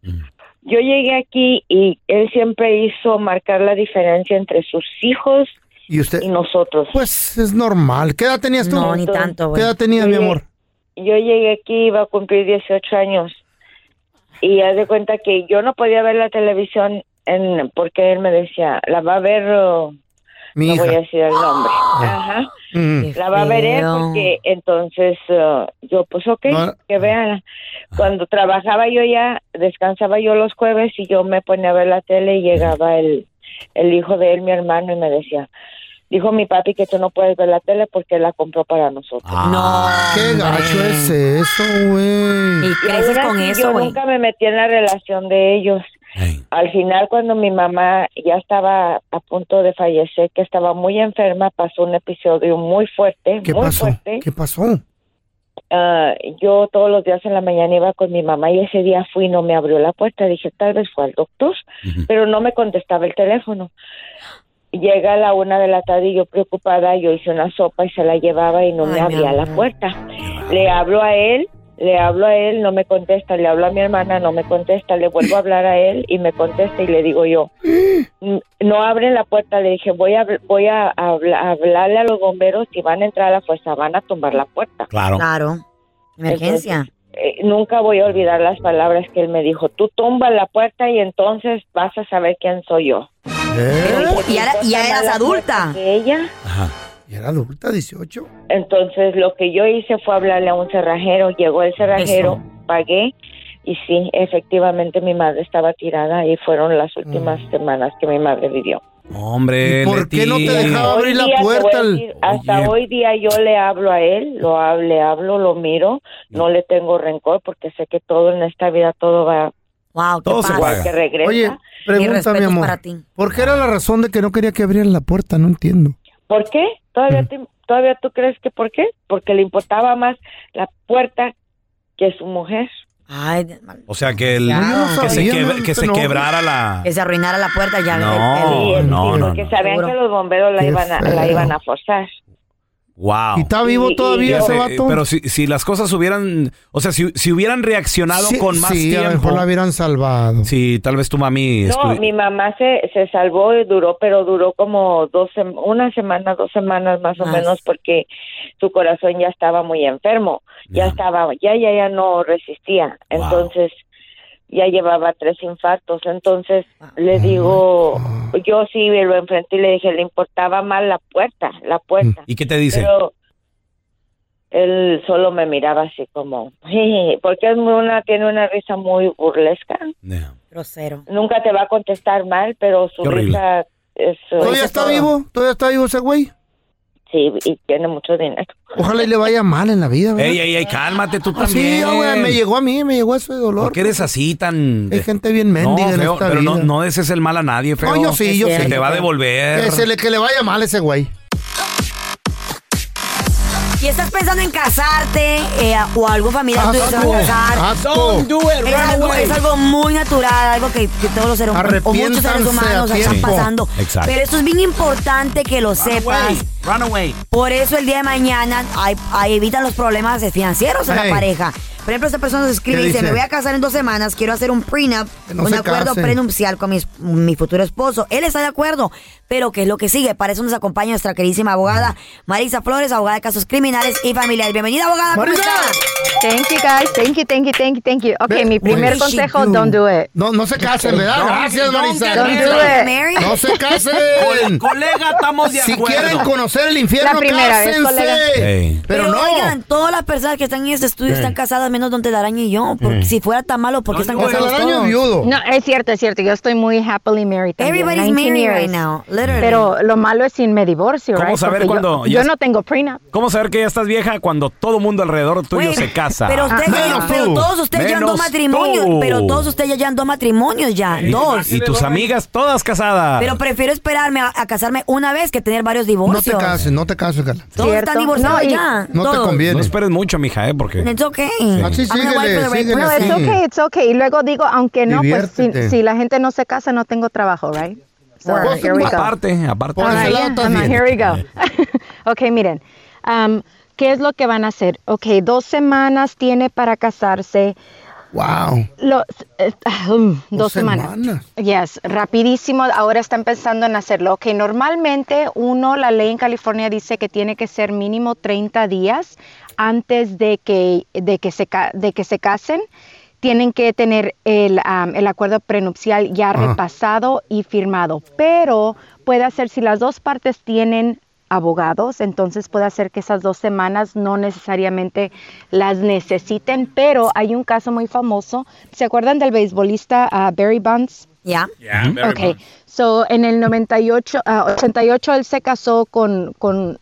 Speaker 10: Yo llegué aquí y él siempre hizo marcar la diferencia entre sus hijos
Speaker 13: ¿Y usted?
Speaker 10: nosotros.
Speaker 13: Pues es normal. ¿Qué edad tenías tú?
Speaker 10: No, ni tanto, güey.
Speaker 13: ¿Qué edad tenías, mi
Speaker 10: Sí.
Speaker 13: amor?
Speaker 10: yo llegué aquí iba a cumplir 18 años y haz de cuenta que yo no podía ver la televisión en, porque él me decía, la va a ver, oh,
Speaker 13: Mi
Speaker 10: no
Speaker 13: hija. Ah.
Speaker 10: voy a decir el nombre, Ajá.
Speaker 13: Mm.
Speaker 10: la va a ver él
Speaker 13: feo.
Speaker 10: porque entonces oh, yo pues ok,
Speaker 13: No.
Speaker 10: que vean. Cuando trabajaba yo ya, descansaba yo los jueves y yo me ponía a ver la tele y llegaba el, el hijo de él, mi hermano, y me decía, dijo mi papi que tú no puedes ver la tele porque él la compró para nosotros.
Speaker 13: Ah. ¿Qué gacho es eso, güey?
Speaker 10: Y ahora sí, Yo nunca me metí en la relación de ellos. Al final, cuando mi mamá ya estaba a punto de fallecer, que estaba muy enferma, pasó un episodio muy fuerte,
Speaker 13: ¿Qué
Speaker 10: muy
Speaker 13: pasó?
Speaker 10: fuerte.
Speaker 13: ¿Qué pasó?
Speaker 10: Ah, yo todos los días en la mañana iba con mi mamá y ese día fui y no me abrió la puerta. Dije, tal vez fue al doctor, pero no me contestaba el teléfono. Llega a la una de la tarde y yo preocupada, yo hice una sopa y se la llevaba y no
Speaker 16: Ay,
Speaker 10: me
Speaker 16: mi
Speaker 10: abría la
Speaker 16: amor.
Speaker 10: puerta. Le hablo a él, le hablo a él, no me contesta, le hablo a mi hermana, no me contesta, le vuelvo a hablar a él y me contesta y le digo yo, "Mm, no abren la puerta, le dije, voy a, habl- voy a, habla- a hablarle a los bomberos, si van a entrar a la fuerza, van a tumbar la puerta.
Speaker 1: Claro.
Speaker 3: Claro. Emergencia.
Speaker 10: Eh, nunca voy a olvidar las palabras que él me dijo, tú tumba la puerta y entonces vas a saber quién soy yo.
Speaker 3: Y ahora- y ya eras adulta.
Speaker 10: De ella.
Speaker 13: ¿Y era adulta, 18?
Speaker 10: Entonces lo que yo hice fue hablarle a un cerrajero, llegó el cerrajero, pagué y sí, efectivamente mi madre estaba tirada y fueron las últimas semanas que mi madre vivió.
Speaker 1: Hombre,
Speaker 13: por qué no te dejaba abrir la
Speaker 10: día te voy a
Speaker 13: puerta? al-
Speaker 10: decir, hasta hoy día yo le hablo a él, lo hablo, le hablo, lo miro,
Speaker 13: Mm.
Speaker 10: no le tengo rencor porque sé que todo en esta vida todo va
Speaker 3: Wow,
Speaker 13: Todo se paga.
Speaker 10: que regresa.
Speaker 13: Oye, pregunta, mi amor. ¿Por qué era la razón de que no quería que abrieran la puerta? No entiendo.
Speaker 10: ¿Por qué?
Speaker 13: Mm.
Speaker 10: ¿Todavía, te- ¿Todavía tú crees que por qué? Porque le importaba más la puerta que su mujer.
Speaker 3: Ay,
Speaker 1: O sea, que, el,
Speaker 3: Claro.
Speaker 1: que, se,
Speaker 3: Yo no
Speaker 1: quebra-
Speaker 3: sabía,
Speaker 1: que se
Speaker 3: no.
Speaker 1: quebrara la...
Speaker 13: Ah.
Speaker 3: que se arruinara la puerta ya.
Speaker 1: No,
Speaker 3: el- el-
Speaker 1: no, no,
Speaker 10: Porque sabían que los bomberos la
Speaker 1: Qué
Speaker 10: iban, a, la
Speaker 1: feo.
Speaker 10: iban a forzar.
Speaker 1: Wow.
Speaker 13: ¿Y está vivo
Speaker 10: Y- y-
Speaker 13: todavía ese vato?
Speaker 1: Pero si, si las cosas hubieran, o sea, si, si hubieran reaccionado
Speaker 13: Sí,
Speaker 1: con más
Speaker 13: sí, a lo
Speaker 1: tiempo.
Speaker 13: mejor la hubieran salvado.
Speaker 1: Sí, tal vez tu mami.
Speaker 10: No,
Speaker 1: estu-
Speaker 10: mi mamá se, se salvó y duró, pero duró como dos, sem- una semana, dos semanas más o
Speaker 3: Más.
Speaker 10: menos, porque su corazón ya estaba muy enfermo, ya estaba, ya, ya, ya no resistía, entonces ya llevaba tres infartos, entonces le digo, yo sí lo enfrenté y le dije, le importaba más la puerta, la puerta.
Speaker 1: ¿Y qué te dice?
Speaker 10: Pero él solo me miraba así como, porque es muy una, tiene una risa muy burlesca.
Speaker 3: Grosero.
Speaker 10: Nunca te va a contestar mal, pero su
Speaker 13: Qué horrible.
Speaker 10: risa es... eh,
Speaker 13: ¿Todavía está vivo? ¿Todavía está vivo ese güey?
Speaker 10: Sí, y tiene mucho dinero.
Speaker 13: Ojalá y le vaya mal en la vida, ¿verdad?
Speaker 1: Ey, ey, ey, cálmate tú
Speaker 13: Ah, sí,
Speaker 1: también.
Speaker 13: ah, güey, me llegó a mí, me llegó ese dolor.
Speaker 1: ¿Por qué eres así tan...?
Speaker 13: Hay gente bien mendiga
Speaker 1: no,
Speaker 13: en
Speaker 1: feo,
Speaker 13: esta
Speaker 1: pero no,
Speaker 13: vida.
Speaker 1: no desees el mal a nadie, feo.
Speaker 13: No, yo sí, yo
Speaker 1: Se
Speaker 13: sí.
Speaker 1: te va a devolver.
Speaker 13: Que, se le, que le vaya mal a ese güey.
Speaker 3: Y estás pensando en casarte eh, o algún familiar tuyo se va a
Speaker 13: Asco,
Speaker 3: casar.
Speaker 13: asco. Don't do it,
Speaker 3: es,
Speaker 13: run
Speaker 3: algo,
Speaker 13: away.
Speaker 3: es algo muy natural, algo que, que todos los seres humanos o muchos seres
Speaker 13: Arrepiéntanse
Speaker 3: humanos
Speaker 13: a
Speaker 3: están
Speaker 13: tiempo.
Speaker 3: pasando.
Speaker 13: Exacto.
Speaker 3: Pero esto es bien importante que lo sepas. Por eso el día de mañana hay- hay- evitan los problemas financieros en
Speaker 13: Hey.
Speaker 3: la pareja. Por ejemplo, esta persona se escribe y
Speaker 13: ¿Qué
Speaker 3: dice,
Speaker 13: dice?
Speaker 3: me voy a casar en dos semanas, quiero hacer un prenup,
Speaker 13: Que no
Speaker 3: un
Speaker 13: se
Speaker 3: acuerdo
Speaker 13: casen.
Speaker 3: prenupcial con mi, es- mi futuro esposo. Él está de acuerdo, pero ¿qué es lo que sigue? Para eso nos acompaña nuestra queridísima
Speaker 13: Mm.
Speaker 3: abogada Marisa Flores, abogada de casos criminales y familiares. Bienvenida, abogada. ¿cómo estás?
Speaker 17: Thank you guys, thank you, thank you, thank you, thank you. Okay, mi primer
Speaker 13: Güey,
Speaker 17: consejo,
Speaker 13: sí, dude.
Speaker 17: don't do it.
Speaker 13: No, no se casen,
Speaker 17: Ok.
Speaker 13: ¿verdad?
Speaker 17: Don't-
Speaker 13: Gracias,
Speaker 17: don't
Speaker 13: Marisa.
Speaker 17: get married. Don't get
Speaker 13: No se
Speaker 17: married. <laughs>
Speaker 13: casen.
Speaker 17: Co- colega, estamos de
Speaker 13: Si
Speaker 17: acuerdo.
Speaker 13: quieren conocer el infierno,
Speaker 17: La primera vez, colega.
Speaker 13: cásense. Eh,
Speaker 17: Ey.
Speaker 13: Pero, no.
Speaker 3: oigan, todas las personas que están en este estudio
Speaker 13: Ey.
Speaker 3: están casadas, menos Don Telaraño y yo. Porque
Speaker 13: Ey.
Speaker 3: si fuera tan malo, ¿por qué están casados todos?
Speaker 17: No, es cierto, es cierto. Yo estoy muy happily married. también,
Speaker 3: Everybody's
Speaker 17: 19
Speaker 3: married
Speaker 17: years.
Speaker 3: right now, literally.
Speaker 17: Pero lo malo es sin mi divorcio,
Speaker 1: ¿Cómo
Speaker 17: right?
Speaker 1: saber
Speaker 17: Porque yo,
Speaker 1: cuándo ya
Speaker 17: yo
Speaker 1: es-
Speaker 17: no tengo prenup.
Speaker 1: ¿Cómo saber que ya estás vieja cuando todo mundo alrededor tuyo
Speaker 3: Güey,
Speaker 1: se casa?
Speaker 3: Pero,
Speaker 13: Ah,
Speaker 3: ustedes ya- pero todos ustedes ya han dos
Speaker 1: Menos
Speaker 3: matrimonios.
Speaker 1: tú.
Speaker 3: Pero todos ustedes ya llevan dos matrimonios ya.
Speaker 1: Y-
Speaker 3: dos.
Speaker 1: Y tus amigas todas casadas.
Speaker 3: Pero prefiero esperarme a, a casarme una vez que tener varios divorcios.
Speaker 13: No te cases, no te cases, Carla.
Speaker 3: Todos están divorciados
Speaker 17: No, y-
Speaker 3: ya.
Speaker 17: No te
Speaker 3: todos.
Speaker 1: No esperes mucho, mija, ¿eh? Porque...
Speaker 3: It's okay.
Speaker 1: Así
Speaker 3: I'm gonna
Speaker 1: síguele,
Speaker 3: wait for the right
Speaker 1: síguele
Speaker 17: No,
Speaker 3: person.
Speaker 17: it's okay, it's okay. Y luego digo, aunque no, pues si,
Speaker 1: Diviértete.
Speaker 17: si la gente no se casa, no tengo trabajo, right? So,
Speaker 1: Pues,
Speaker 17: here we go.
Speaker 1: aparte, aparte.
Speaker 17: All right, yeah, I'm not- here we go. <laughs> ok, miren. um, ¿Qué es lo que van a hacer? Ok, dos semanas tiene para casarse.
Speaker 13: Wow.
Speaker 17: Lo- eh, ah, um, dos
Speaker 13: Dos
Speaker 17: semanas.
Speaker 13: semanas.
Speaker 17: Yes, rapidísimo. Ahora están pensando en hacerlo. Que normalmente uno, la ley en California dice que tiene que ser mínimo 30 días antes de que, de que, se, ca- de que se casen. Tienen que tener el, am, el acuerdo prenupcial ya
Speaker 16: Ah.
Speaker 17: repasado y firmado. Pero puede hacer, si las dos partes tienen abogados, entonces puede hacer que esas dos semanas no necesariamente las necesiten, pero hay un caso muy famoso. ¿Se acuerdan del beisbolista ah, Barry Bonds?
Speaker 3: Ya.
Speaker 16: Yeah, Barry
Speaker 17: ok.
Speaker 16: Bonds.
Speaker 17: So, en el 98, ah, 88 él se casó con, con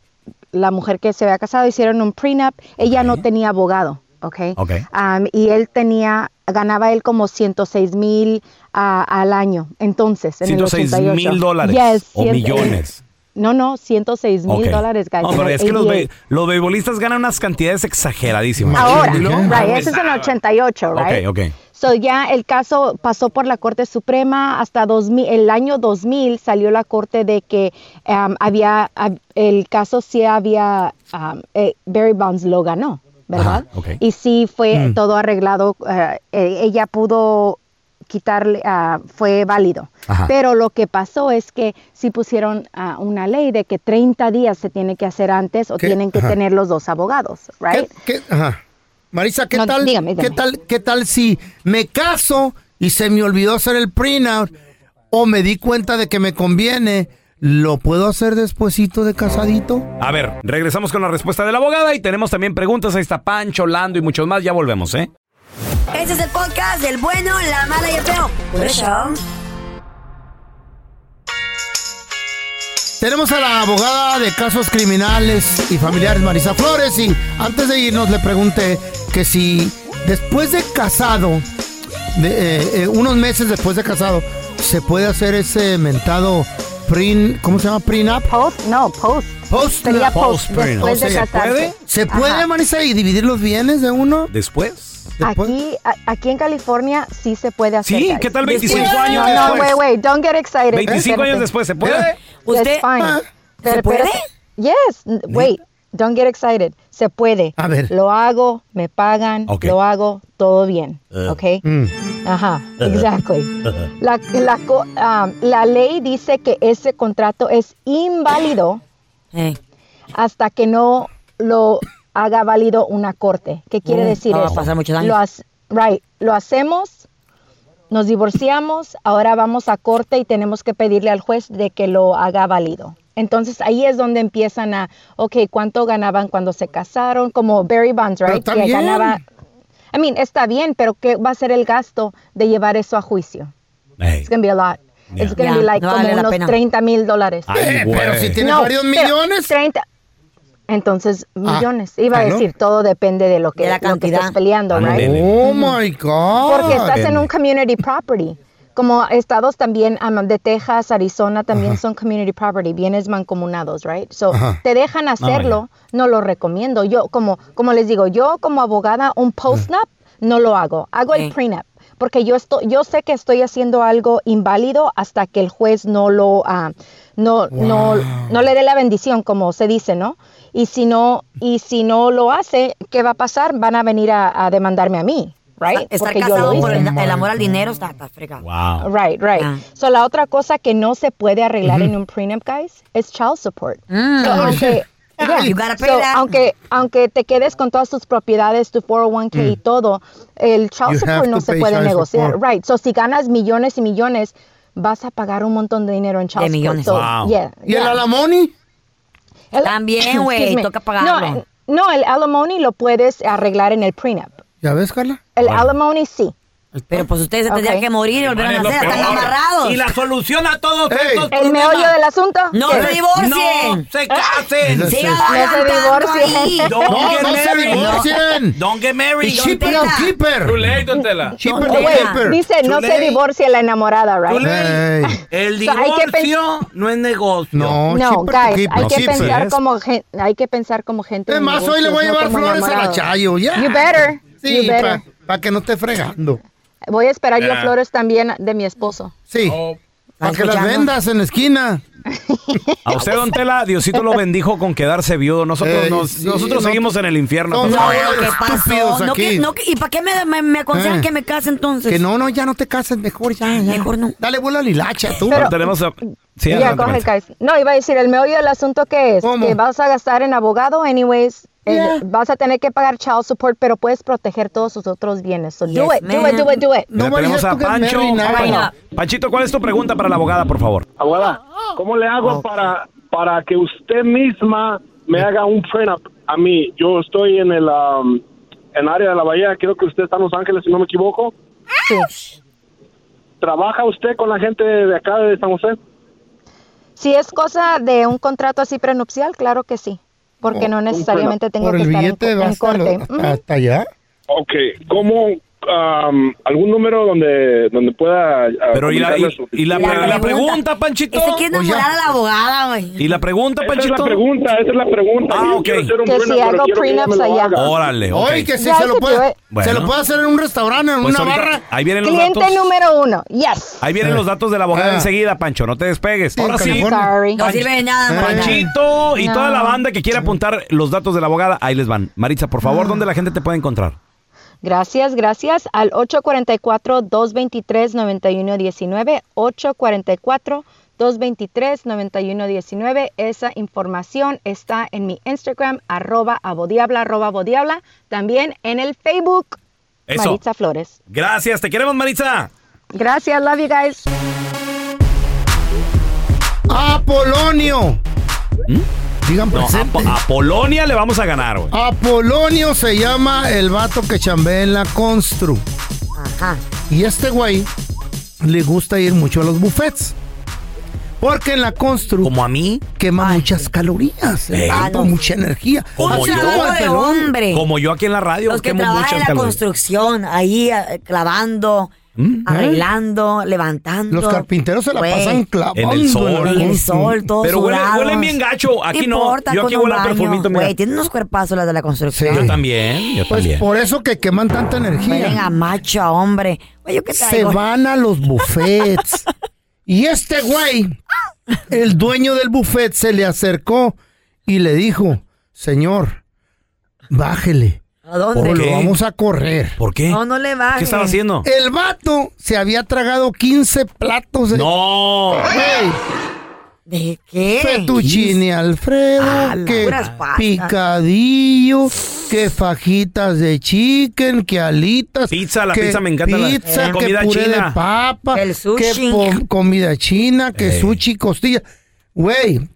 Speaker 17: la mujer que se había casado, hicieron un prenup, ella no tenía abogado, ¿ok?
Speaker 16: Ok.
Speaker 17: Am, y él tenía, ganaba él como 106 mil al año, entonces, en el
Speaker 1: 106
Speaker 17: 88.
Speaker 1: mil dólares
Speaker 17: Yes,
Speaker 1: o
Speaker 17: cien-
Speaker 1: millones.
Speaker 17: No, no, 106 <laughs> mil
Speaker 1: Ok.
Speaker 17: dólares, guys.
Speaker 1: No, pero es que los,
Speaker 17: ABA.
Speaker 1: be- los beisbolistas ganan unas cantidades exageradísimas.
Speaker 17: Ahora, right, ese es en el 88, right?
Speaker 1: Ok, ok.
Speaker 17: So ya el caso pasó por la Corte Suprema hasta 2000, el año 2000 salió la Corte de que um, había hab- el caso sí había um, eh, Barry Bonds lo ganó, ¿verdad?
Speaker 16: Ajá, ok.
Speaker 17: Y sí fue
Speaker 16: Mm.
Speaker 17: todo arreglado, eh, eh, ella pudo quitarle, ah, fue válido.
Speaker 16: Ajá.
Speaker 17: Pero lo que pasó es que sí pusieron ah, una ley de que 30 días se tiene que hacer antes o
Speaker 13: ¿Qué?
Speaker 17: tienen que
Speaker 13: Ajá.
Speaker 17: tener los dos abogados, right?
Speaker 13: ¿Qué- ajá. Marisa, ¿qué
Speaker 17: No,
Speaker 13: tal?
Speaker 17: dígame, dígame.
Speaker 13: ¿Qué tal? ¿Qué tal si me caso y se me olvidó hacer el prenup o me di cuenta de que me conviene? ¿Lo puedo hacer despuesito de casadito?
Speaker 1: A ver, regresamos con la respuesta de la abogada y tenemos también preguntas. Ahí está Pancho, Lando y muchos más. Ya volvemos, ¿eh?
Speaker 3: Este es el podcast del bueno, la mala y el feo. Por eso.
Speaker 13: Tenemos a la abogada de casos criminales y familiares, Marisa Flores, y antes de irnos le pregunté que si después de casado, de, eh, eh, unos meses después de casado, se puede hacer ese mentado prin, ¿cómo se llama? Prenup?
Speaker 17: Post, no, post.
Speaker 13: Post,
Speaker 17: Sería post, después de
Speaker 13: ¿Se
Speaker 17: casarse.
Speaker 13: puede? ¿Se
Speaker 17: Ajá.
Speaker 13: puede, Marisa, y dividir los bienes de uno?
Speaker 1: Después.
Speaker 17: Aquí, a- aquí en California sí se puede hacer.
Speaker 1: Pues- Sí,
Speaker 17: guys.
Speaker 1: ¿qué tal 25 años
Speaker 17: No, no,
Speaker 1: después?
Speaker 17: wait, wait, don't get excited.
Speaker 1: 25 años
Speaker 17: Espérate.
Speaker 1: después, ¿se puede?
Speaker 3: Usted-
Speaker 17: That's fine.
Speaker 3: Ah,
Speaker 17: Pero-
Speaker 3: ¿se puede?
Speaker 17: pero- yes, n- wait, don't get excited. Se puede.
Speaker 16: A ver.
Speaker 17: Lo hago, me pagan,
Speaker 16: Ok.
Speaker 17: lo hago, todo bien.
Speaker 1: Ah.
Speaker 17: ok.
Speaker 13: Mm.
Speaker 1: Mm.
Speaker 17: Ajá, <laughs> exactly. La, la co- ah, la ley dice que ese contrato es inválido
Speaker 3: Eh.
Speaker 17: hasta que no lo haga válido una corte. ¿Qué quiere
Speaker 3: Mm,
Speaker 17: decir
Speaker 3: no va a
Speaker 17: eso?
Speaker 3: pasar muchos años.
Speaker 17: Lo, hac- right, lo hacemos, nos divorciamos, ahora vamos a corte y tenemos que pedirle al juez de que lo haga válido. Entonces ahí es donde empiezan a, ok, ¿cuánto ganaban cuando se casaron? Como Barry Bonds,
Speaker 16: Pero
Speaker 17: right?
Speaker 16: está
Speaker 17: que
Speaker 16: bien.
Speaker 17: ganaba... I mean, está bien, pero ¿qué va a ser el gasto de llevar eso a juicio? It's gonna be a lot. It's gonna
Speaker 16: Yeah,
Speaker 17: be like
Speaker 16: no
Speaker 17: como
Speaker 16: vale la
Speaker 17: unos
Speaker 16: pena.
Speaker 17: 30 mil dólares.
Speaker 16: Ay, Eh, güey. pero si tienes varios
Speaker 17: pero 30. Entonces, millones. Iba a
Speaker 13: Ah, ¿no?
Speaker 17: decir, todo depende de lo que,
Speaker 3: De la
Speaker 17: lo que
Speaker 3: cantidad.
Speaker 17: estés peleando, right?
Speaker 13: Oh my God.
Speaker 17: Porque estás en un community property. Como estados también um, de Texas, Arizona, también son community property, bienes mancomunados, right? So,
Speaker 16: Ajá.
Speaker 17: te dejan hacerlo, no lo recomiendo. Yo, como, como les digo, yo como abogada, un postnup no lo hago. Hago el
Speaker 16: Ok.
Speaker 17: prenup. Porque yo, estoy, yo sé que estoy haciendo algo inválido hasta que el juez no lo, ah, no, no, no le dé la bendición, como se dice, ¿no? Y si no, y si no lo hace, ¿qué va a pasar? Van a venir a, a demandarme a mí, right?
Speaker 3: Estar
Speaker 17: Ah, Porque yo lo
Speaker 3: casado por el,
Speaker 17: hice.
Speaker 3: el amor al dinero Ah. está, está fregado.
Speaker 1: Wow.
Speaker 17: Right, right. So la otra cosa que no se puede arreglar en un prenup, guys, es child support.
Speaker 3: Mm.
Speaker 17: So,
Speaker 16: Oh,
Speaker 3: <laughs>
Speaker 17: aunque, <laughs>
Speaker 16: yeah.
Speaker 17: yeah.
Speaker 16: You gotta pay
Speaker 17: So,
Speaker 16: that.
Speaker 17: aunque aunque te quedes con todas tus propiedades, tu 401k y
Speaker 16: Mm.
Speaker 17: todo, el child
Speaker 16: You have
Speaker 17: support no
Speaker 16: to
Speaker 17: se
Speaker 16: pay
Speaker 17: puede
Speaker 16: child
Speaker 17: negociar.
Speaker 16: support.
Speaker 17: Right. So si ganas millones y millones, vas a pagar un montón de dinero en child support. So, yeah,
Speaker 13: ¿Y el
Speaker 17: yeah.
Speaker 13: alamoni?
Speaker 17: El-
Speaker 3: También,
Speaker 17: <laughs>
Speaker 3: güey,
Speaker 17: Excuse me.
Speaker 3: toca pagarlo.
Speaker 17: No, eh, no, el alimony lo puedes arreglar en el prenup.
Speaker 13: ¿Ya ves, Carla?
Speaker 17: El alimony sí.
Speaker 3: Pero pues ustedes se tendrían
Speaker 17: Ok.
Speaker 3: que morir y volver a
Speaker 17: Vale, lo
Speaker 3: nacer, están
Speaker 17: peor.
Speaker 3: amarrados.
Speaker 17: Y la
Speaker 1: solución a todos
Speaker 17: estos El meollo problemas. del asunto.
Speaker 3: No
Speaker 17: ¿Qué?
Speaker 3: se divorcien.
Speaker 17: No se casen.
Speaker 3: Sigan
Speaker 17: No se-
Speaker 3: adelantando
Speaker 17: No se divorcien.
Speaker 3: ahí.
Speaker 17: Don't
Speaker 1: No, get no se married.
Speaker 13: divorcien.
Speaker 1: Don't get married.
Speaker 13: It's cheaper than keeper.
Speaker 6: Too late, don Tela.
Speaker 13: Cheaper
Speaker 17: Oh, wait, dice no se divorcia la enamorada, right?
Speaker 1: El
Speaker 17: So, hay que
Speaker 1: divorcio no es negocio.
Speaker 13: No,
Speaker 17: No, guys, hay que
Speaker 1: Sí,
Speaker 17: pensar
Speaker 1: pues.
Speaker 17: como gente, hay que pensar como gente.
Speaker 13: Es
Speaker 17: de
Speaker 13: más, hoy le voy a llevar
Speaker 17: negocios, no como
Speaker 13: flores a la
Speaker 17: enamorados.
Speaker 13: Chayo, ya.
Speaker 17: You better.
Speaker 13: Sí,
Speaker 17: you better.
Speaker 13: para que no esté fregando.
Speaker 17: Voy a esperar yo
Speaker 13: Ya.
Speaker 17: flores también de mi esposo.
Speaker 13: Sí. Para que las vendas en la esquina.
Speaker 1: A usted, don Tela, Diosito lo bendijo con quedarse viudo. Nosotros,
Speaker 2: Eh,
Speaker 1: nos-
Speaker 2: sí,
Speaker 1: nosotros
Speaker 2: no-
Speaker 1: seguimos en el infierno.
Speaker 2: no,
Speaker 1: Pero-
Speaker 2: no,
Speaker 3: ¿Qué pasó?
Speaker 2: Estúpidos
Speaker 3: No, que-
Speaker 2: aquí.
Speaker 3: no, que- ¿Y para qué me, me- me aconsejan
Speaker 2: Eh.
Speaker 3: que me case entonces?
Speaker 2: Que no, no, ya no te cases, mejor ya, ya. Mejor
Speaker 3: no.
Speaker 2: Dale vuelo a la hilacha, tú.
Speaker 17: Pero-
Speaker 1: tenemos a- sí,
Speaker 17: Ya,
Speaker 1: adelante,
Speaker 17: coge el
Speaker 1: Marta.
Speaker 17: cáliz. No, iba a decir, el meollo del asunto que es, que vas a gastar en abogado, anyways, el- vas a tener que pagar child support, pero puedes proteger todos sus otros bienes. So do,
Speaker 3: Yes,
Speaker 17: it, do it, do it, do it.
Speaker 1: Mira, tenemos a Pancho. Pancho. Panchito, ¿cuál es tu pregunta para la abogada, por favor?
Speaker 16: Abuela,
Speaker 3: Oh.
Speaker 16: ¿cómo le hago para, para que usted misma me haga un prenup a mí? Yo estoy en el um, en área de la bahía, creo que usted está en Los Ángeles, si no me equivoco. ¿Trabaja usted con la gente de acá de San José?
Speaker 17: Si es cosa de un contrato así prenupcial, claro que sí,
Speaker 1: Oh,
Speaker 17: porque no necesariamente tengo
Speaker 13: Por
Speaker 17: que
Speaker 13: el
Speaker 17: estar en,
Speaker 13: billete
Speaker 17: en
Speaker 13: va hasta,
Speaker 17: corte.
Speaker 13: lo-
Speaker 17: Ujú.
Speaker 13: hasta- hasta allá.
Speaker 16: Ok, ¿cómo? um, ¿Algún número donde, donde pueda... uh,
Speaker 1: Pero y la, y,
Speaker 16: comunicarme su-
Speaker 1: y la, pre- la pregunta, Panchito.
Speaker 3: Ese quiere enamorar a la abogada, güey.
Speaker 1: Y la pregunta,
Speaker 16: Esa es
Speaker 1: Panchito.
Speaker 16: la pregunta, esa es la pregunta.
Speaker 1: Ah,
Speaker 16: Yo
Speaker 1: ok.
Speaker 16: quiero hacer un
Speaker 17: Que si
Speaker 16: prenup, pero
Speaker 17: hago
Speaker 16: quiero que ella me
Speaker 17: prenups
Speaker 16: lo
Speaker 17: allá.
Speaker 16: haga.
Speaker 1: Órale, Eh, ok.
Speaker 13: Oye, que sí,
Speaker 17: Ya
Speaker 13: se lo,
Speaker 17: se te
Speaker 13: puede,
Speaker 17: ve.
Speaker 1: Bueno.
Speaker 13: se lo puede hacer en un restaurante, en
Speaker 1: Pues
Speaker 13: una
Speaker 1: ahorita-
Speaker 13: barra.
Speaker 1: Ahí vienen los
Speaker 17: Cliente
Speaker 1: datos.
Speaker 17: número uno, yes.
Speaker 1: Ahí vienen los datos de la abogada
Speaker 13: Ah.
Speaker 1: enseguida, Pancho. No te despegues. Ahora sí.
Speaker 17: Mm. Sorry.
Speaker 3: No sirve de nada,
Speaker 1: Panch-
Speaker 3: Marta.
Speaker 1: Panchito y
Speaker 17: Ah, No.
Speaker 1: toda la banda que quiera apuntar los datos de la abogada, ahí les van. Maritza, por
Speaker 13: Ah.
Speaker 1: favor, ¿dónde la gente te puede encontrar?
Speaker 17: Gracias, gracias. Al 844-223-9119. 844-223-9119. Esa información está en mi Instagram, arroba abodiabla, arroba abodiabla. También en el Facebook,
Speaker 1: Eso.
Speaker 17: Maritza Flores.
Speaker 1: Gracias, te queremos, Maritza.
Speaker 17: Gracias, love you guys.
Speaker 18: Ah,
Speaker 13: Apolonio. Digan
Speaker 1: ¿Mm? No, a,
Speaker 13: presente.
Speaker 1: Po- a Polonia le vamos a ganar, güey.
Speaker 13: Apolonio se llama el vato que chambea en la Constru.
Speaker 3: Ajá.
Speaker 13: Y este güey le gusta ir mucho a los buffets. Porque en la Constru.
Speaker 1: Como a mí.
Speaker 13: Quema muchas calorías.
Speaker 1: Ey.
Speaker 13: Ah, no, mucha energía.
Speaker 1: Como
Speaker 13: Así
Speaker 1: yo.
Speaker 13: como el
Speaker 3: de
Speaker 13: pelón.
Speaker 3: hombre.
Speaker 1: Como yo aquí en la radio.
Speaker 3: Los que
Speaker 1: quemo
Speaker 3: trabajan en
Speaker 1: muchas
Speaker 3: la
Speaker 1: calorías.
Speaker 3: construcción, ahí eh, clavando,
Speaker 1: Mm, eh.
Speaker 3: arreglando, levantando.
Speaker 13: Los carpinteros se la
Speaker 3: Güey.
Speaker 13: pasan clavando.
Speaker 1: En el sol.
Speaker 3: En el sol, todos
Speaker 1: Pero huele-
Speaker 3: sudados.
Speaker 1: huelen bien gacho. Aquí no.
Speaker 3: importa,
Speaker 1: Yo
Speaker 3: con
Speaker 1: aquí
Speaker 3: un
Speaker 1: huelo a
Speaker 3: baño.
Speaker 1: perfumito, mira.
Speaker 3: Güey, tienen unos cuerpazos las de la construcción.
Speaker 1: Yo también, yo
Speaker 13: Pues
Speaker 1: también.
Speaker 13: por eso que queman tanta
Speaker 3: Huelen
Speaker 13: energía.
Speaker 3: a macho, a hombre. Güey, ¿yo qué
Speaker 13: Se
Speaker 3: traigo?
Speaker 13: van a los
Speaker 3: <laughs>
Speaker 13: buffets. y este güey, el dueño del buffet, se le acercó y le dijo: Señor, bájele.
Speaker 3: ¿A dónde?
Speaker 13: o
Speaker 1: ¿Por
Speaker 13: lo
Speaker 1: qué?
Speaker 13: vamos a correr.
Speaker 1: ¿Por qué?
Speaker 3: No, no le bajes.
Speaker 1: ¿Qué estaba haciendo?
Speaker 13: El vato se había tragado 15 platos de
Speaker 1: No.
Speaker 13: Hey,
Speaker 3: ¿De qué?
Speaker 13: fettuccine Alfredo,
Speaker 3: Ah, la-
Speaker 13: que
Speaker 3: puras pastas.
Speaker 13: picadillo, que fajitas de chicken, que alitas,
Speaker 1: Pizza, la
Speaker 13: que
Speaker 1: pizza me encanta, la-
Speaker 13: pizza,
Speaker 1: Eh.
Speaker 13: que
Speaker 1: Comida
Speaker 13: puré
Speaker 1: china.
Speaker 13: de papa,
Speaker 3: El sushi.
Speaker 13: que po- comida china, que
Speaker 1: Ey.
Speaker 13: sushi, costilla. Güey,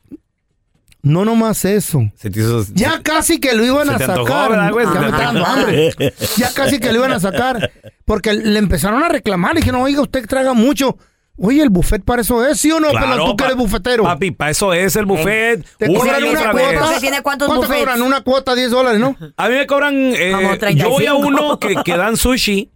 Speaker 13: no nomás eso.
Speaker 1: Se te hizo-
Speaker 13: Ya casi que lo iban
Speaker 1: Se
Speaker 13: a
Speaker 1: te
Speaker 13: sacar.
Speaker 1: antojó, ¿verdad, güey? Se
Speaker 13: Ya
Speaker 1: te
Speaker 13: me está dando
Speaker 1: antojó.
Speaker 13: hambre. Ya casi que lo iban a sacar. Porque le empezaron a reclamar. Le dijeron, oiga, usted traga mucho. Oye, el buffet para eso es, ¿sí o no?
Speaker 1: Claro,
Speaker 13: pero tú que
Speaker 1: pa-
Speaker 13: eres bufetero. Eh,
Speaker 1: Papi, para eso es el buffet.
Speaker 13: Te
Speaker 1: Una
Speaker 13: cobran
Speaker 1: y
Speaker 13: una
Speaker 1: otra vez.
Speaker 13: cuota.
Speaker 3: Porque tiene cuántos
Speaker 13: ¿Cuánto
Speaker 3: buffets?
Speaker 13: cobran? Una cuota, 10 dólares, ¿no?
Speaker 1: A mí me cobran. eh,
Speaker 3: Como
Speaker 1: yo voy a
Speaker 3: 35.
Speaker 1: uno que, que
Speaker 13: <laughs>
Speaker 1: dan sushi,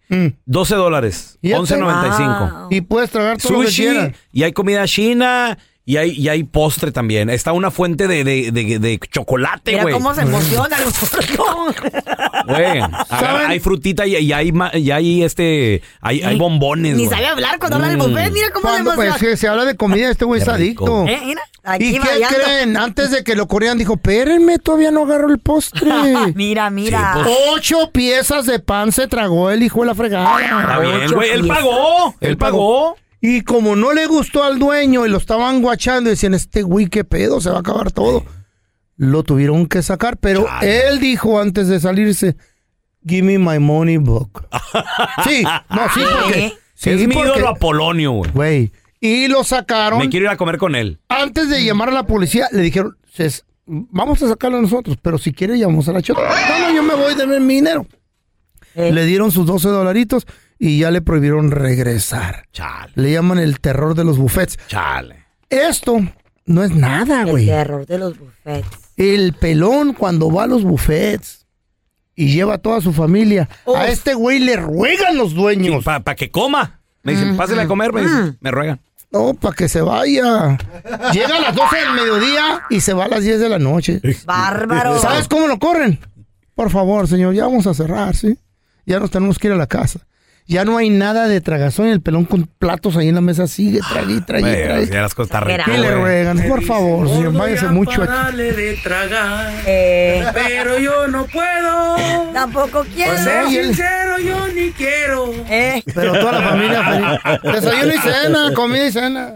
Speaker 1: 12 dólares,
Speaker 13: Mm. ¿Y este?
Speaker 1: 11.95.
Speaker 13: Y puedes tragar todo lo que
Speaker 1: Sushi,
Speaker 13: quieras.
Speaker 1: y hay comida china, y hay, y hay postre también. Está una fuente de, de, de- de chocolate,
Speaker 3: Mira
Speaker 1: güey.
Speaker 3: cómo se emociona <laughs> el gordo.
Speaker 1: <laughs> Güey, agarra- hay frutita y, y hay, ma- y hay, este, hay, hay bombones.
Speaker 3: Ni
Speaker 1: güey.
Speaker 3: sabe hablar cuando habla del
Speaker 1: Mm.
Speaker 3: buffet. Mira cómo le
Speaker 13: Cuando pues,
Speaker 3: emociona.
Speaker 13: que se habla de comida, este güey
Speaker 1: Qué
Speaker 13: está
Speaker 1: rico.
Speaker 13: adicto.
Speaker 3: Eh, mira, aquí
Speaker 13: ¿Y qué
Speaker 3: bailando.
Speaker 13: creen? Antes de que lo corrieran, dijo, espérenme, todavía no agarro el postre.
Speaker 3: <laughs> Mira, mira.
Speaker 1: Sí, pues.
Speaker 13: Ocho piezas de pan se tragó el hijo de la fregada.
Speaker 1: Está bien,
Speaker 3: Ocho
Speaker 1: güey. Él
Speaker 3: piezas.
Speaker 1: pagó. Él
Speaker 13: Él
Speaker 1: pagó.
Speaker 13: pagó. Y como no le gustó al dueño y lo estaban guachando, decían, este güey, qué pedo, se va a acabar todo. Lo tuvieron que sacar, pero él dijo antes de salirse, give me my money book. sí, no, sí,
Speaker 3: Ah,
Speaker 13: porque... Sí,
Speaker 1: es mi
Speaker 13: porque-
Speaker 1: ídolo Apolonio, güey.
Speaker 13: Güey, y lo sacaron.
Speaker 1: Me quiero ir a comer con él.
Speaker 13: Antes de llamar a la policía, le dijeron, "Ses- vamos a sacarlo nosotros, pero si quiere llamamos a la chota. No, no, yo me voy de mi dinero.
Speaker 1: Eh.
Speaker 13: Le dieron sus 12 dolaritos y ya le prohibieron regresar.
Speaker 1: Chale,
Speaker 13: Le llaman el terror de los buffets.
Speaker 1: chale.
Speaker 13: Esto no es nada,
Speaker 3: El
Speaker 13: güey.
Speaker 3: terror de los buffets.
Speaker 13: El pelón cuando va a los buffets y lleva a toda su familia, a este güey le ruegan los dueños.
Speaker 1: Para que coma. Me
Speaker 3: Mm.
Speaker 1: dicen, pásale a comer, me dicen, me ruegan.
Speaker 13: No, para que se vaya. Llega a las 12 del mediodía y se va a las 10 de la noche.
Speaker 3: Bárbaro.
Speaker 13: ¿Sabes cómo lo corren? Por favor, señor, ya vamos a cerrar, ¿sí? Ya nos tenemos que ir a la casa. Ya no hay nada de tragazón y el pelón con platos ahí en la mesa sigue, trague, y trague, y trague.
Speaker 1: ya las cosas están ricas,
Speaker 13: ¿Qué le
Speaker 1: güey.
Speaker 13: ruegan? Por favor, señor, váyase mucho aquí.
Speaker 19: Dale de tragar.
Speaker 3: Eh.
Speaker 19: Pero yo no puedo.
Speaker 3: Tampoco quiero.
Speaker 19: Pues
Speaker 13: eh, y él-
Speaker 19: sincero, yo ni quiero.
Speaker 3: Eh.
Speaker 13: Pero toda la familia feliz. Desayuno y cena, comida y cena.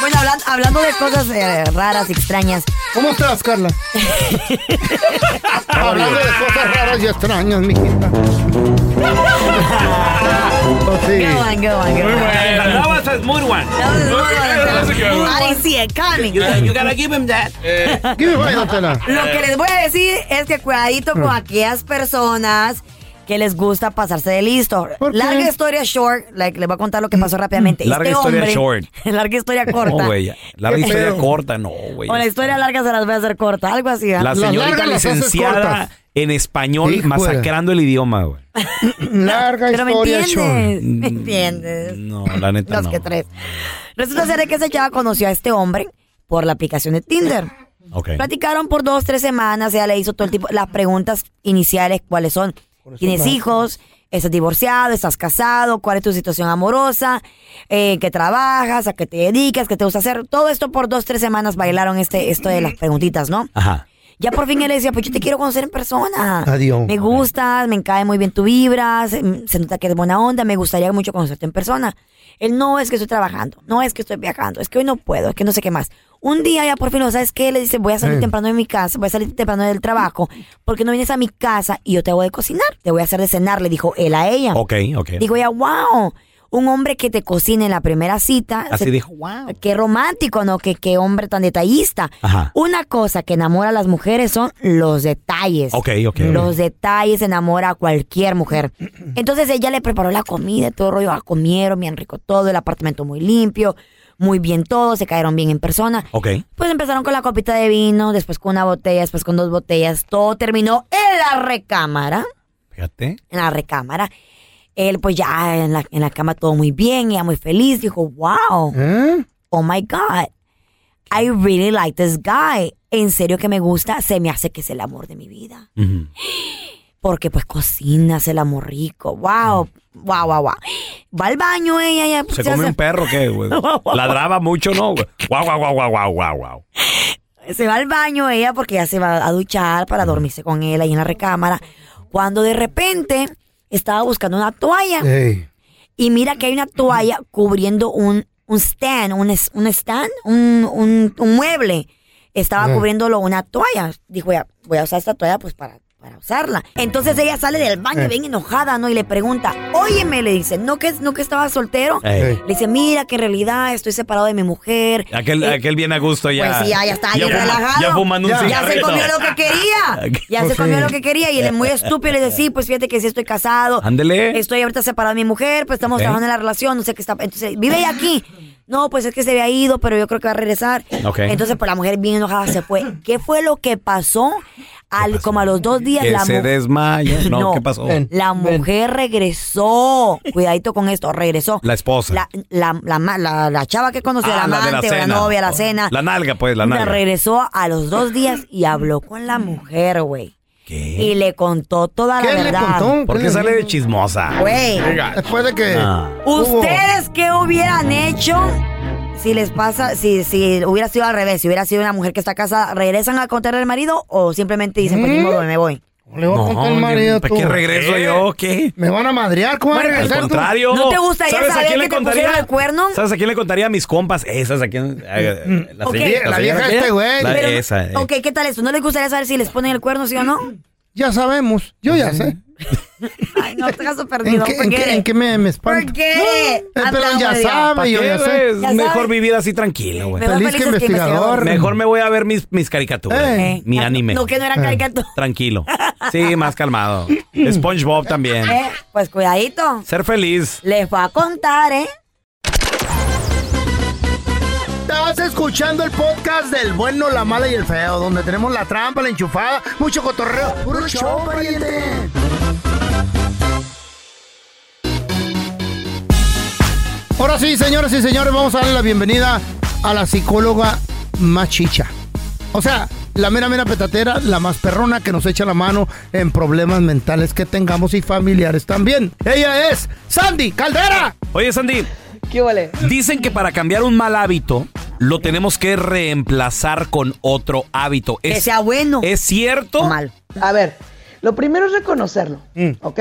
Speaker 3: Bueno, hablan- hablando de cosas eh, raras, extrañas.
Speaker 13: ¿Cómo estás,
Speaker 3: <laughs>
Speaker 13: Carla? Hablando de cosas raras y extrañas,
Speaker 3: <laughs>
Speaker 13: mijita. Pues sí.
Speaker 3: Go on, go on, go on.
Speaker 1: That was a smooth one.
Speaker 3: I see it coming.
Speaker 14: You gotta give him that.
Speaker 13: Eh, Give me five, don Tela.
Speaker 3: Lo que les voy a decir es que cuidadito
Speaker 1: Mm.
Speaker 3: con aquellas personas que les gusta pasarse de listo.
Speaker 13: qué?
Speaker 3: Larga historia short, like, les voy a contar lo que pasó rápidamente.
Speaker 1: Mm.
Speaker 3: Este
Speaker 1: Larga historia
Speaker 3: hombre-
Speaker 1: short.
Speaker 3: <laughs> larga historia corta.
Speaker 1: No, güey. Larga
Speaker 3: Qué
Speaker 1: historia
Speaker 3: feo.
Speaker 1: corta, no, güey.
Speaker 3: O la historia larga se las voy a hacer corta, algo así. ¿ah?
Speaker 1: La señorita licenciada en español
Speaker 13: Hijo de-
Speaker 1: masacrando el idioma, güey.
Speaker 13: Larga
Speaker 3: Pero me
Speaker 13: historia, short.
Speaker 3: entiendes, me entiendes.
Speaker 1: No, la neta
Speaker 3: Los
Speaker 1: Mm. no.
Speaker 3: que tres. Resulta ser de que esa chava conoció a este hombre por la aplicación de Tinder.
Speaker 1: Ok.
Speaker 3: Platicaron por dos, tres semanas, ella le hizo todo el tipo, las preguntas iniciales, cuáles son, tienes
Speaker 13: va.
Speaker 3: hijos, estás divorciado, estás casado, cuál es tu situación amorosa, eh, qué trabajas, a qué te dedicas, qué te gusta hacer, todo esto por dos, tres semanas bailaron este, esto de las preguntitas, ¿no?
Speaker 1: Ajá.
Speaker 3: Ya por fin él le decía, pues yo te quiero conocer en persona.
Speaker 13: Adiós.
Speaker 3: Me gustas, me cae muy bien tu vibra, se, se nota que eres buena onda, me gustaría mucho conocerte en persona. Él no es que estoy trabajando, no es que estoy viajando, es que hoy no puedo, es que no sé qué más. Un día ya por fin, lo ¿sabes qué? Le dice, voy a salir
Speaker 13: Eh.
Speaker 3: temprano de mi casa, voy a salir temprano del trabajo, porque no vienes a mi casa y yo te voy a cocinar, te voy a hacer de cenar, le dijo él a ella.
Speaker 1: Ok, ok.
Speaker 3: Digo ya, wow, un hombre que te cocine en la primera cita.
Speaker 1: Así
Speaker 3: Se-
Speaker 1: dijo,
Speaker 3: wow. Qué romántico, ¿no? Qué, qué hombre tan detallista.
Speaker 1: Ajá.
Speaker 3: Una cosa que enamora a las mujeres son los detalles.
Speaker 1: Ok, ok.
Speaker 3: Los detalles enamora a cualquier mujer. <clears throat> Entonces ella le preparó la comida, todo el rollo, ah, comieron bien rico todo, el apartamento muy limpio, muy bien todo, se cayeron bien en persona.
Speaker 1: Ok.
Speaker 3: Pues empezaron con la copita de vino, después con una botella, después con dos botellas, todo terminó en la recámara
Speaker 1: Fíjate.
Speaker 3: en la recámara. Él, pues ya en la, en la cama todo muy bien, ella muy feliz. Dijo, wow,
Speaker 1: ¿Eh?
Speaker 3: oh my God, I really like this guy. En serio que me gusta, se me hace que es el amor de mi vida. Porque pues cocina, hace el amor rico, wow, wow, wow, wow. Va al baño ella, ya. pues,
Speaker 1: ¿Se
Speaker 3: ya
Speaker 1: come un perro
Speaker 3: <laughs>
Speaker 1: qué, güey? Ladraba mucho, ¿no? güey? Guau, guau, guau, guau, guau, guau, guau.
Speaker 3: <laughs> se va al baño ella porque ya se va a duchar para dormirse con él ahí en la recámara. Cuando de repente estaba buscando una toalla. y mira que hay una toalla cubriendo un, un stand, un, es- un stand, un, un- un mueble. Estaba
Speaker 13: Ah.
Speaker 3: cubriéndolo una toalla. Dijo, ya, voy a usar esta toalla pues para, para usarla. Entonces ella sale del baño
Speaker 13: Eh.
Speaker 3: bien enojada, ¿no? Y le pregunta, óyeme, le dice, ¿no que, no que estaba soltero?
Speaker 1: Ey.
Speaker 3: Le dice, mira que en realidad estoy separado de mi mujer.
Speaker 1: Aquel, aquel bien a gusto ya.
Speaker 3: Pues sí, ya, ya está ahí
Speaker 1: ya fuma-
Speaker 3: relajado.
Speaker 1: Ya fumando un
Speaker 3: Ya se
Speaker 1: cigarrito.
Speaker 3: comió lo que quería.
Speaker 1: <laughs>
Speaker 3: Ya
Speaker 1: Pues
Speaker 3: se comió
Speaker 1: sí.
Speaker 3: lo que quería. Y él es muy estúpido. Le dice, sí, pues fíjate que sí estoy casado.
Speaker 1: Ándele.
Speaker 3: Estoy ahorita separado de mi mujer, pues estamos
Speaker 1: Ok.
Speaker 3: trabajando en la relación, no sé qué está. Entonces, vive ya aquí. No, pues es que se había ido, pero yo creo que va a regresar.
Speaker 1: Ok.
Speaker 3: Entonces, pues la mujer bien enojada se fue. ¿Qué fue lo que pasó? Al, Como a los dos días
Speaker 1: Que
Speaker 3: la
Speaker 1: se
Speaker 3: mu-
Speaker 1: desmaya.
Speaker 3: <laughs>
Speaker 1: No, ¿qué pasó?
Speaker 3: La mujer regresó. Cuidadito con esto, regresó.
Speaker 1: La esposa.
Speaker 3: La, la, la, ma- la- la chava que conoció, la
Speaker 1: Ah, la de la
Speaker 3: amante, o la
Speaker 1: cena.
Speaker 3: novia, la cena.
Speaker 1: La nalga, pues, la
Speaker 3: Mira,
Speaker 1: nalga.
Speaker 3: regresó a los dos días y habló con la mujer, güey. Y le contó toda
Speaker 13: ¿Qué
Speaker 3: la
Speaker 13: le
Speaker 3: verdad.
Speaker 13: contó?
Speaker 1: ¿Por qué sale de chismosa?
Speaker 3: Güey.
Speaker 13: Después de que.
Speaker 1: Ah.
Speaker 3: ¿Ustedes qué hubieran hecho si les pasa, si, si hubiera sido al revés, si hubiera sido una mujer que está casada, ¿regresan a contarle al marido o simplemente dicen, pues ni
Speaker 13: ¿Mm?
Speaker 3: modo, me voy?
Speaker 13: Le voy a contar al marido.
Speaker 1: ¿Para qué
Speaker 13: tú.
Speaker 1: regreso yo? ¿Qué?
Speaker 13: Me van a madrear, ¿cómo van a
Speaker 1: Bueno, al
Speaker 13: regresar tú?
Speaker 1: contrario.
Speaker 3: ¿Eh? ¿No te gustaría
Speaker 1: ¿Sabes a
Speaker 3: saber
Speaker 1: quién
Speaker 3: que
Speaker 1: le
Speaker 3: te
Speaker 1: contaría?
Speaker 3: pusieron el cuerno?
Speaker 1: ¿Sabes a quién le contaría a mis compas? Esas, a quién. a- a-
Speaker 13: Mm,
Speaker 1: La,
Speaker 3: Ok.
Speaker 1: señora-
Speaker 3: La
Speaker 1: señora
Speaker 3: vieja
Speaker 1: que-
Speaker 3: este güey.
Speaker 1: la-
Speaker 3: Pero-
Speaker 1: esa. eh.
Speaker 3: Ok, ¿qué tal eso? ¿No les gustaría saber si les ponen el cuerno, sí o no?
Speaker 13: Ya sabemos, yo ya sé.
Speaker 3: <laughs> Ay, no, te has
Speaker 13: ¿En
Speaker 3: perdido.
Speaker 13: qué, en qué- en qué me, me espanto?
Speaker 3: ¿Por qué?
Speaker 13: No, el
Speaker 3: Habla,
Speaker 13: pelón ya
Speaker 3: hombre,
Speaker 1: ¿Para
Speaker 13: sabe, yo
Speaker 1: qué,
Speaker 13: ya
Speaker 1: güey?
Speaker 13: sé.
Speaker 1: Es
Speaker 3: Ya
Speaker 1: mejor
Speaker 3: sabes.
Speaker 1: vivir así tranquilo, güey.
Speaker 3: Mejor
Speaker 13: Feliz que
Speaker 3: felices que
Speaker 13: investigador.
Speaker 1: Mejor me voy a ver mis, mis caricaturas.
Speaker 3: Eh.
Speaker 1: Mi anime.
Speaker 3: No, que no era caricatura.
Speaker 1: Tranquilo.
Speaker 3: <laughs>
Speaker 1: Sí, más calmado. SpongeBob también.
Speaker 3: Eh, pues cuidadito.
Speaker 1: Ser feliz.
Speaker 3: <laughs> Les voy a contar, ¿eh?
Speaker 13: Estás escuchando el podcast del bueno, la mala y el feo, donde tenemos la trampa, la enchufada, mucho cotorreo. ¡Puro show, pariente! Ahora sí, señoras y señores, vamos a darle la bienvenida a la psicóloga más chicha. O sea, la mera, mera petatera, la más perrona que nos echa la mano en problemas mentales que tengamos y familiares también. Ella es Sandy Caldera.
Speaker 1: Oye, Sandy.
Speaker 18: ¿Qué vale?
Speaker 1: Dicen que para cambiar un mal hábito lo tenemos que reemplazar con otro hábito.
Speaker 3: Que
Speaker 1: Es-
Speaker 3: sea bueno.
Speaker 1: ¿Es cierto?
Speaker 3: mal.
Speaker 18: A ver, lo primero es reconocerlo,
Speaker 13: Mm.
Speaker 18: ¿ok?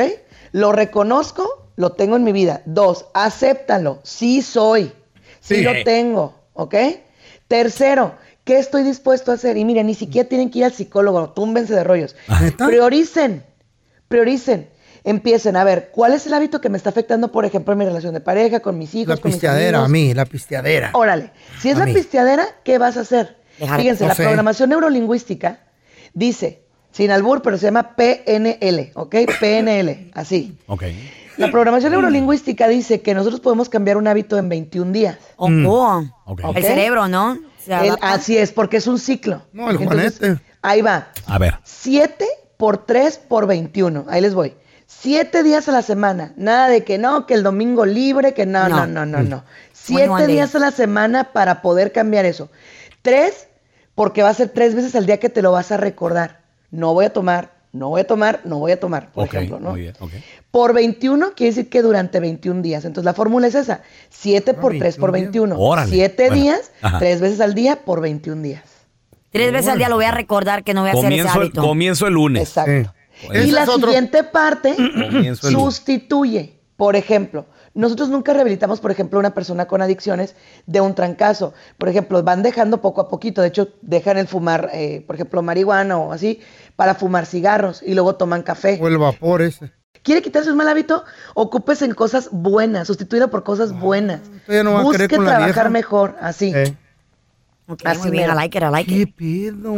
Speaker 18: Lo reconozco, lo tengo en mi vida. Dos, acéptalo, sí soy, sí,
Speaker 20: Sí.
Speaker 18: lo tengo, ¿ok? Tercero, ¿qué estoy dispuesto a hacer? Y miren, ni siquiera tienen que ir al psicólogo, túmbense de rollos.
Speaker 13: ¿Ah,
Speaker 18: Prioricen, prioricen. Empiecen a ver, ¿cuál es el hábito que me está afectando, por ejemplo, en mi relación de pareja, con mis hijos,
Speaker 13: La
Speaker 18: con mis
Speaker 13: pisteadera,
Speaker 18: amigos?
Speaker 13: a mí, la pisteadera.
Speaker 18: Órale, si es
Speaker 13: A
Speaker 18: la
Speaker 13: mí.
Speaker 18: pisteadera, ¿qué vas a hacer?
Speaker 13: Dejar-
Speaker 18: Fíjense,
Speaker 13: no
Speaker 18: la
Speaker 13: sé.
Speaker 18: programación neurolingüística dice, sin albur, pero se llama PNL, ¿ok? PNL, así.
Speaker 1: Ok.
Speaker 18: La programación neurolingüística dice que nosotros podemos cambiar un hábito en 21 días.
Speaker 3: Mm.
Speaker 1: Mm.
Speaker 18: ¿Ok?
Speaker 3: El cerebro, ¿no? Se
Speaker 18: El-
Speaker 3: adapta.
Speaker 18: así es, porque es un ciclo.
Speaker 3: No, el
Speaker 18: Entonces,
Speaker 3: Juanete.
Speaker 18: Ahí va.
Speaker 1: A ver.
Speaker 18: 7 por 3 por 21. Ahí les voy. 7 días a la semana. Nada de que no, que el domingo libre, que no, no, no, no, no.
Speaker 3: 21
Speaker 18: Siete
Speaker 3: days.
Speaker 18: días a la semana para poder cambiar eso. Tres, porque va a ser tres veces al día que te lo vas a recordar. No voy a tomar, no voy a tomar, no voy a tomar, por
Speaker 1: Ok,
Speaker 18: ejemplo, ¿no?
Speaker 1: muy bien, ok.
Speaker 18: Por 21 quiere decir que durante 21 días. Entonces la fórmula es esa. 7 por 3 por 21.
Speaker 3: Órale.
Speaker 18: 7
Speaker 3: Bueno,
Speaker 18: días,
Speaker 1: ajá.
Speaker 18: 3 veces al día por 21 días.
Speaker 3: Tres veces al día lo voy a recordar que no voy a hacer
Speaker 1: Comienzo
Speaker 3: ese
Speaker 1: el,
Speaker 3: hábito.
Speaker 1: comienzo el lunes.
Speaker 18: Exacto.
Speaker 1: Ese
Speaker 18: Y la
Speaker 1: es otro-
Speaker 18: siguiente parte
Speaker 1: Comienzo el lunes.
Speaker 18: sustituye. Por ejemplo, nosotros nunca rehabilitamos, por ejemplo, a una persona con adicciones de un trancazo. Por ejemplo, van dejando poco a poquito. De hecho, dejan el fumar, eh, por ejemplo, marihuana o así, para fumar cigarros y luego toman café. O
Speaker 13: el vapor ese.
Speaker 18: ¿Quiere quitarse un mal hábito? Ocúpese en cosas buenas, sustituirlo por cosas buenas.
Speaker 13: ya Ah, no va a
Speaker 18: Busque
Speaker 13: querer con la
Speaker 18: trabajar
Speaker 13: vieja.
Speaker 18: mejor, así.
Speaker 3: Así muy bien,
Speaker 18: mero.
Speaker 3: I like it, I like it.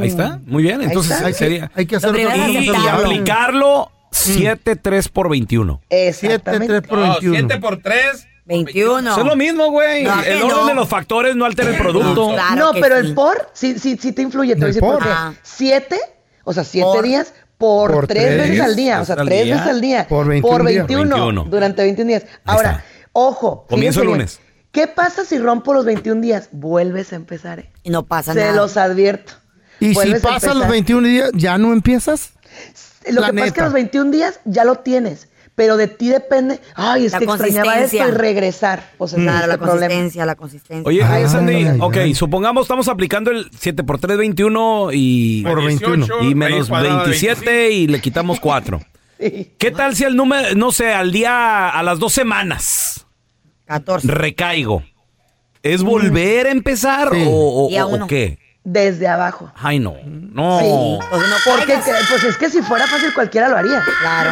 Speaker 1: Ahí está. Muy bien.
Speaker 3: Ahí
Speaker 1: Entonces
Speaker 3: está.
Speaker 1: ahí sería.
Speaker 3: Hay que hacer Lo otro primero es
Speaker 1: Y,
Speaker 3: aceptarlo.
Speaker 1: aplicarlo 7, 3 por 21.
Speaker 18: Exactamente.
Speaker 1: 7, 3 Oh, por
Speaker 6: No,
Speaker 1: 21.
Speaker 6: 7 por 3.
Speaker 3: 21.
Speaker 1: Es lo mismo, güey.
Speaker 18: No,
Speaker 1: el
Speaker 18: que
Speaker 1: orden
Speaker 18: no.
Speaker 1: de los factores no altera el producto.
Speaker 18: no, pero el por sí, sí, sí te influye. Te voy a
Speaker 1: El
Speaker 18: decir por
Speaker 1: por.
Speaker 18: qué.
Speaker 1: Ah.
Speaker 18: Siete, o sea, siete días por,
Speaker 1: por
Speaker 18: tres,
Speaker 1: tres
Speaker 18: veces al día. O sea,
Speaker 1: veces al
Speaker 18: tres
Speaker 1: día.
Speaker 18: veces al día.
Speaker 1: Por
Speaker 18: Por
Speaker 1: 21
Speaker 18: 21.
Speaker 1: días. 21.
Speaker 18: Durante 21 días. Ahora, ojo. fíjense
Speaker 1: Comienzo el
Speaker 18: bien.
Speaker 1: lunes.
Speaker 18: ¿Qué pasa si rompo los 21 días? Vuelves a empezar, ¿eh?
Speaker 3: Y no pasa
Speaker 18: Se
Speaker 3: nada.
Speaker 18: los advierto.
Speaker 13: Y si
Speaker 18: Vuelves a
Speaker 13: pasan los
Speaker 18: empezar.
Speaker 13: 21 días, ¿ya no empiezas?
Speaker 18: Lo
Speaker 13: La
Speaker 18: que pasa es que
Speaker 13: neta.
Speaker 18: los 21 días ya lo tienes, pero de ti depende. Ay, es
Speaker 3: La
Speaker 18: que extrañaba esto y
Speaker 3: consistencia.
Speaker 18: regresar. O sea,
Speaker 3: Claro, Pues la
Speaker 18: consistencia,
Speaker 3: la consistencia. Ah,
Speaker 1: Oye, oye, Sandy,
Speaker 18: Ah,
Speaker 1: oh,
Speaker 18: ay,
Speaker 1: ok, supongamos estamos aplicando el 7 por 3, 21 y.
Speaker 13: Por 21.
Speaker 1: Y menos
Speaker 13: Raíz cuadrada,
Speaker 1: 27 y le quitamos 4.
Speaker 18: <laughs>
Speaker 1: ¿Qué tal si al número, no sé, al día, a las dos semanas?
Speaker 3: 14.
Speaker 1: Recaigo.
Speaker 18: Mm.
Speaker 1: ¿Es volver a empezar o, o-
Speaker 18: Día
Speaker 1: o
Speaker 18: uno.
Speaker 1: qué?
Speaker 18: Desde abajo.
Speaker 1: Ay, no. No.
Speaker 18: Sí. Porque, que- pues es que si fuera fácil cualquiera lo haría.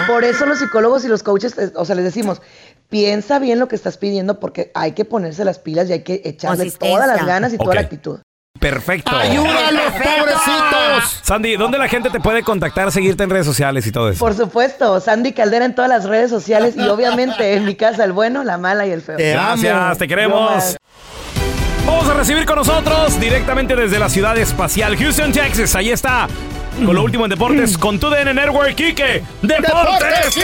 Speaker 18: Por eso los psicólogos y los coaches, eh, o sea, les decimos, piensa bien lo que estás pidiendo porque hay que ponerse las pilas y hay que echarle todas las ganas y toda la
Speaker 1: Ok.
Speaker 18: actitud.
Speaker 1: Perfecto.
Speaker 18: los pobrecitos!
Speaker 1: Sandy, ¿dónde la gente te puede contactar, seguirte en redes sociales y todo eso?
Speaker 18: Por supuesto, Sandy Caldera en todas las redes sociales y obviamente en mi casa el bueno, la mala y el feo.
Speaker 1: Gracias, te queremos. Vamos a recibir con nosotros directamente desde la ciudad espacial Houston, Texas. Ahí está. Con lo último en deportes, con tu DN Network, Quique. Mm. ¡Deportes!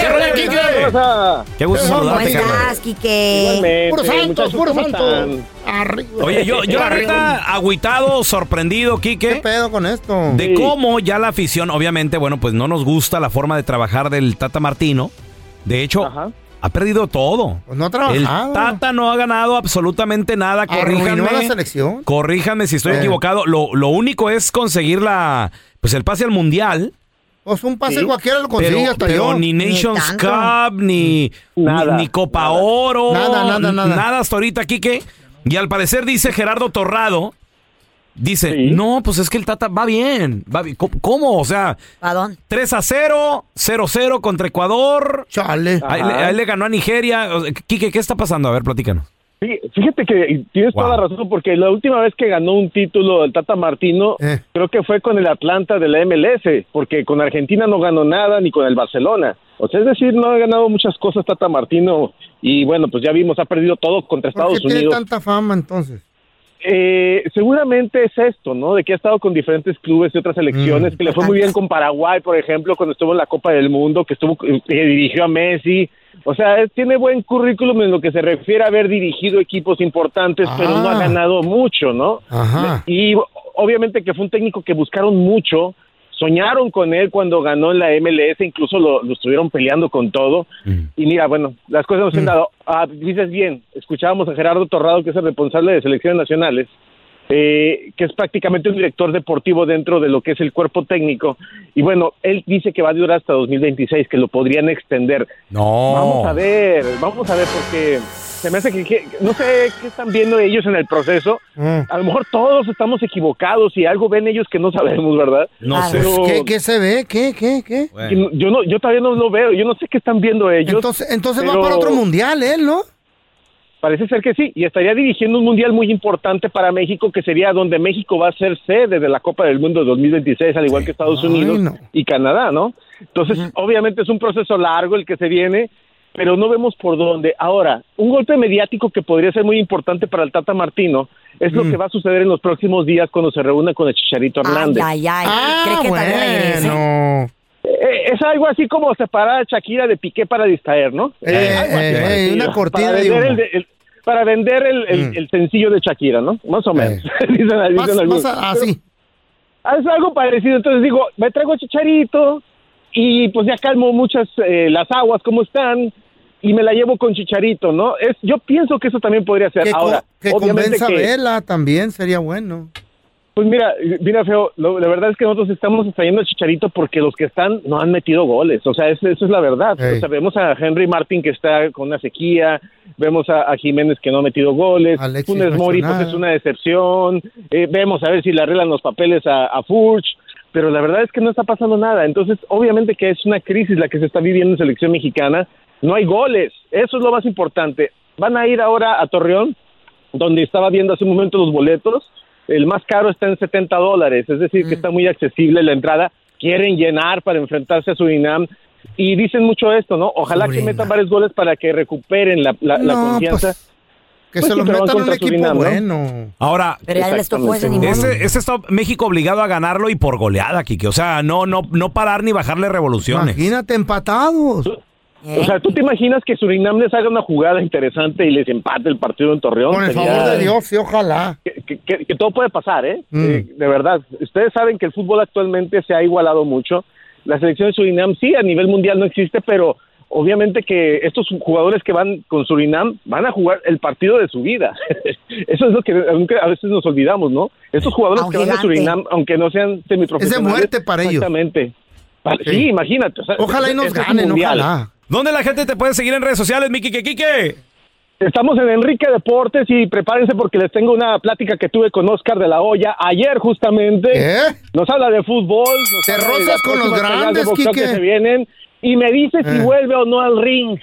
Speaker 1: ¿Qué rollo, Quique? Qué gusto saludarte,
Speaker 3: ¿Cómo
Speaker 1: carnal.
Speaker 3: estás, Quique?
Speaker 1: Igualmente, Puro santo, muchachos, puro ¿cómo santo.
Speaker 13: Arriba.
Speaker 1: Oye, yo, yo la neta, agüitado, sorprendido, Quique. ¿Qué
Speaker 13: pedo con esto?
Speaker 1: De cómo ya la afición, obviamente, bueno, pues no nos gusta la forma de trabajar del Tata Martino. De hecho, ha perdido todo.
Speaker 13: Pues no ha trabajado.
Speaker 1: El Tata no ha ganado absolutamente nada.
Speaker 13: Arruinó
Speaker 1: Corríjanme.
Speaker 13: la selección.
Speaker 1: Corríjanme si estoy
Speaker 13: Eh.
Speaker 1: equivocado. Lo, lo único es conseguir la, pues el pase al mundial.
Speaker 13: Pues un pase
Speaker 1: Sí.
Speaker 13: cualquiera lo consigue
Speaker 1: Pero,
Speaker 13: hasta
Speaker 1: pero
Speaker 13: yo.
Speaker 1: ni Nations Cup, ni,
Speaker 13: Nada,
Speaker 1: ni, ni Copa
Speaker 13: nada.
Speaker 1: Oro,
Speaker 13: Nada, nada, nada.
Speaker 1: hasta ahorita, Quique. Y al parecer dice Gerardo Torrado, dice, no, pues es que el Tata va bien. Va bien. ¿Cómo, cómo? O sea, 3 a 0, 0 0 contra Ecuador.
Speaker 13: Chale.
Speaker 1: Ahí le, ahí le ganó a Nigeria. O sea, Quique, ¿qué está pasando? A ver, platícanos.
Speaker 21: Sí, Fíjate que tienes toda la razón, porque la última vez que ganó un título el Tata Martino,
Speaker 1: Eh.
Speaker 21: creo que fue con el Atlanta de la MLS, porque con Argentina no ganó nada, ni con el Barcelona. O sea, es decir, no ha ganado muchas cosas Tata Martino, y bueno, pues ya vimos, ha perdido todo contra
Speaker 13: ¿Por
Speaker 21: Estados
Speaker 13: qué tiene
Speaker 21: Unidos.
Speaker 13: tanta fama entonces?
Speaker 21: eh, seguramente es esto, ¿no? De que ha estado con diferentes clubes y otras selecciones, que le fue muy bien con Paraguay, por ejemplo, cuando estuvo en la Copa del Mundo, que estuvo eh, que dirigió a Messi. O sea, él tiene buen currículum en lo que se refiere a haber dirigido equipos importantes, pero no ha ganado mucho, ¿no?
Speaker 20: Ajá.
Speaker 21: Y obviamente que fue un técnico que buscaron mucho, soñaron con él cuando ganó en la MLS, incluso lo, lo estuvieron peleando con todo. Y mira, bueno, las cosas nos han dado. Ah, dices bien, escuchábamos a Gerardo Torrado, que es el responsable de selecciones nacionales, eh, que es prácticamente un director deportivo dentro de lo que es el cuerpo técnico. Y bueno, él dice que va a durar hasta 2026, que lo podrían extender.
Speaker 1: No.
Speaker 21: Vamos a ver, vamos a ver, porque se me hace que, que- no sé qué están viendo ellos en el proceso.
Speaker 2: Mm.
Speaker 21: A lo mejor todos estamos equivocados y algo ven ellos que no sabemos, ¿verdad?
Speaker 2: No sé. ¿Qué, qué se ve? ¿Qué, qué, qué?
Speaker 21: Yo, yo no, yo todavía no lo veo, yo no sé qué están viendo ellos.
Speaker 2: Entonces, entonces va
Speaker 21: pero
Speaker 2: para otro mundial, ¿eh? ¿No?
Speaker 21: Parece ser que sí, y estaría dirigiendo un mundial muy importante para México, que sería donde México va a ser sede de la Copa del Mundo 2026, al igual que Estados Unidos y Canadá, ¿no? Entonces, obviamente es un proceso largo el que se viene, pero no vemos por dónde. Ahora, un golpe mediático que podría ser muy importante para el Tata Martino es lo que va a suceder en los próximos días cuando se reúna con el Chicharito Hernández.
Speaker 3: Ay, ay, ay. ¿Crees que tal vez regrese?
Speaker 21: Eh, es algo así como separar a Shakira de Piqué para distraer, ¿no? Eh, algo así
Speaker 2: eh, eh,
Speaker 21: parecido.
Speaker 2: una cortina
Speaker 21: para
Speaker 2: de
Speaker 21: vender,
Speaker 2: humo. Mm.
Speaker 21: el, de- el- para vender el, el- el sencillo de Shakira, ¿no? Más o menos. <laughs> dicen, dicen
Speaker 2: Eh. Más-
Speaker 21: algunos.
Speaker 2: más a-
Speaker 21: así. Es algo parecido. Entonces digo, me traigo a Chicharito y pues ya calmo muchas eh, las aguas como están y me la llevo con Chicharito, ¿no? Es, yo pienso que eso también podría ser.
Speaker 2: Que, co-
Speaker 21: Ahora,
Speaker 2: que
Speaker 21: obviamente
Speaker 2: convenza a
Speaker 21: que-
Speaker 2: Vela también sería bueno.
Speaker 21: pues mira, mira, Feo, lo- la verdad es que nosotros estamos extrayendo a Chicharito porque los que están no han metido goles. O sea, es- eso es la verdad.
Speaker 2: Ey.
Speaker 21: O sea, vemos a Henry Martin que está con una sequía, vemos a, a Jiménez que no ha metido goles,
Speaker 2: Alexis no ha
Speaker 21: Funes
Speaker 2: hecho
Speaker 21: Mori pues
Speaker 2: nada.
Speaker 21: es una decepción, eh, vemos a ver si le arreglan los papeles a, a Furch, pero la verdad es que no está pasando nada. Entonces, obviamente que es una crisis la que se está viviendo en selección mexicana. No hay goles, eso es lo más importante. Van a ir ahora a Torreón donde estaba viendo hace un momento los boletos, el más caro está en 70 dólares, es decir,
Speaker 2: Mm.
Speaker 21: que está muy accesible la entrada, quieren llenar para enfrentarse a Surinam y dicen mucho esto, ¿no? Ojalá que metan varios goles para que recuperen la, la- la
Speaker 2: No,
Speaker 21: confianza.
Speaker 2: pues, Que
Speaker 21: Pues
Speaker 2: se
Speaker 21: sí,
Speaker 2: lo
Speaker 21: pero van
Speaker 2: metan a un
Speaker 21: contra
Speaker 2: equipo
Speaker 21: Surinam, ¿no?
Speaker 2: bueno.
Speaker 1: Ahora,
Speaker 3: Pero ya les tocó ese ni modo.
Speaker 1: ese, ese está México obligado a ganarlo y por goleada, Kike. O sea, no, no, no parar ni bajarle revoluciones.
Speaker 2: Imagínate, empatados.
Speaker 21: O sea, ¿tú te imaginas que Surinam les haga una jugada interesante y les empate el partido en Torreón?
Speaker 2: Con el
Speaker 21: Sería-
Speaker 2: favor de Dios, sí, ojalá.
Speaker 21: que- que, que- que todo puede pasar, ¿eh?
Speaker 2: Mm.
Speaker 21: Eh, De verdad. Ustedes saben que el fútbol actualmente se ha igualado mucho. La selección de Surinam sí, a nivel mundial no existe, pero obviamente que estos jugadores que van con Surinam van a jugar el partido de su vida. <laughs> Eso es lo que aunque a veces nos olvidamos, ¿no? Estos jugadores
Speaker 2: un
Speaker 21: que van a
Speaker 2: gigante.
Speaker 21: Surinam, aunque no sean semiprofesionales.
Speaker 2: muerte para ellos.
Speaker 21: Exactamente. Pa- Sí,
Speaker 1: Sí.
Speaker 21: imagínate. o sea, es- es un mundial.
Speaker 1: ¿Dónde la gente te puede seguir en redes sociales, mi Kike Kike?
Speaker 21: Estamos en Enrique Deportes y prepárense porque les tengo una plática que tuve con Oscar de la Hoya ayer justamente. Nos habla de fútbol. nos
Speaker 2: ¿Eh? Te
Speaker 21: habla de
Speaker 2: rozas
Speaker 21: las
Speaker 2: con los
Speaker 21: próximas peleas de
Speaker 2: grandes,
Speaker 21: boxeo que
Speaker 2: Quique.
Speaker 21: se vienen y me dice si
Speaker 2: Eh. Mm.
Speaker 21: vuelve o no al ring.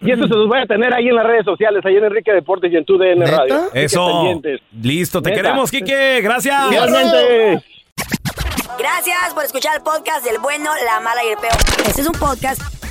Speaker 21: Y eso se los voy a tener ahí en las redes sociales, ahí en Enrique Deportes y en tu DN Radio. Así que
Speaker 1: Eso.
Speaker 21: pendientes.
Speaker 1: Listo, te
Speaker 21: Neta.
Speaker 1: queremos, Kike. Gracias.
Speaker 21: Igualmente.
Speaker 3: Gracias por escuchar el podcast del bueno, la mala y el peor. Este es un podcast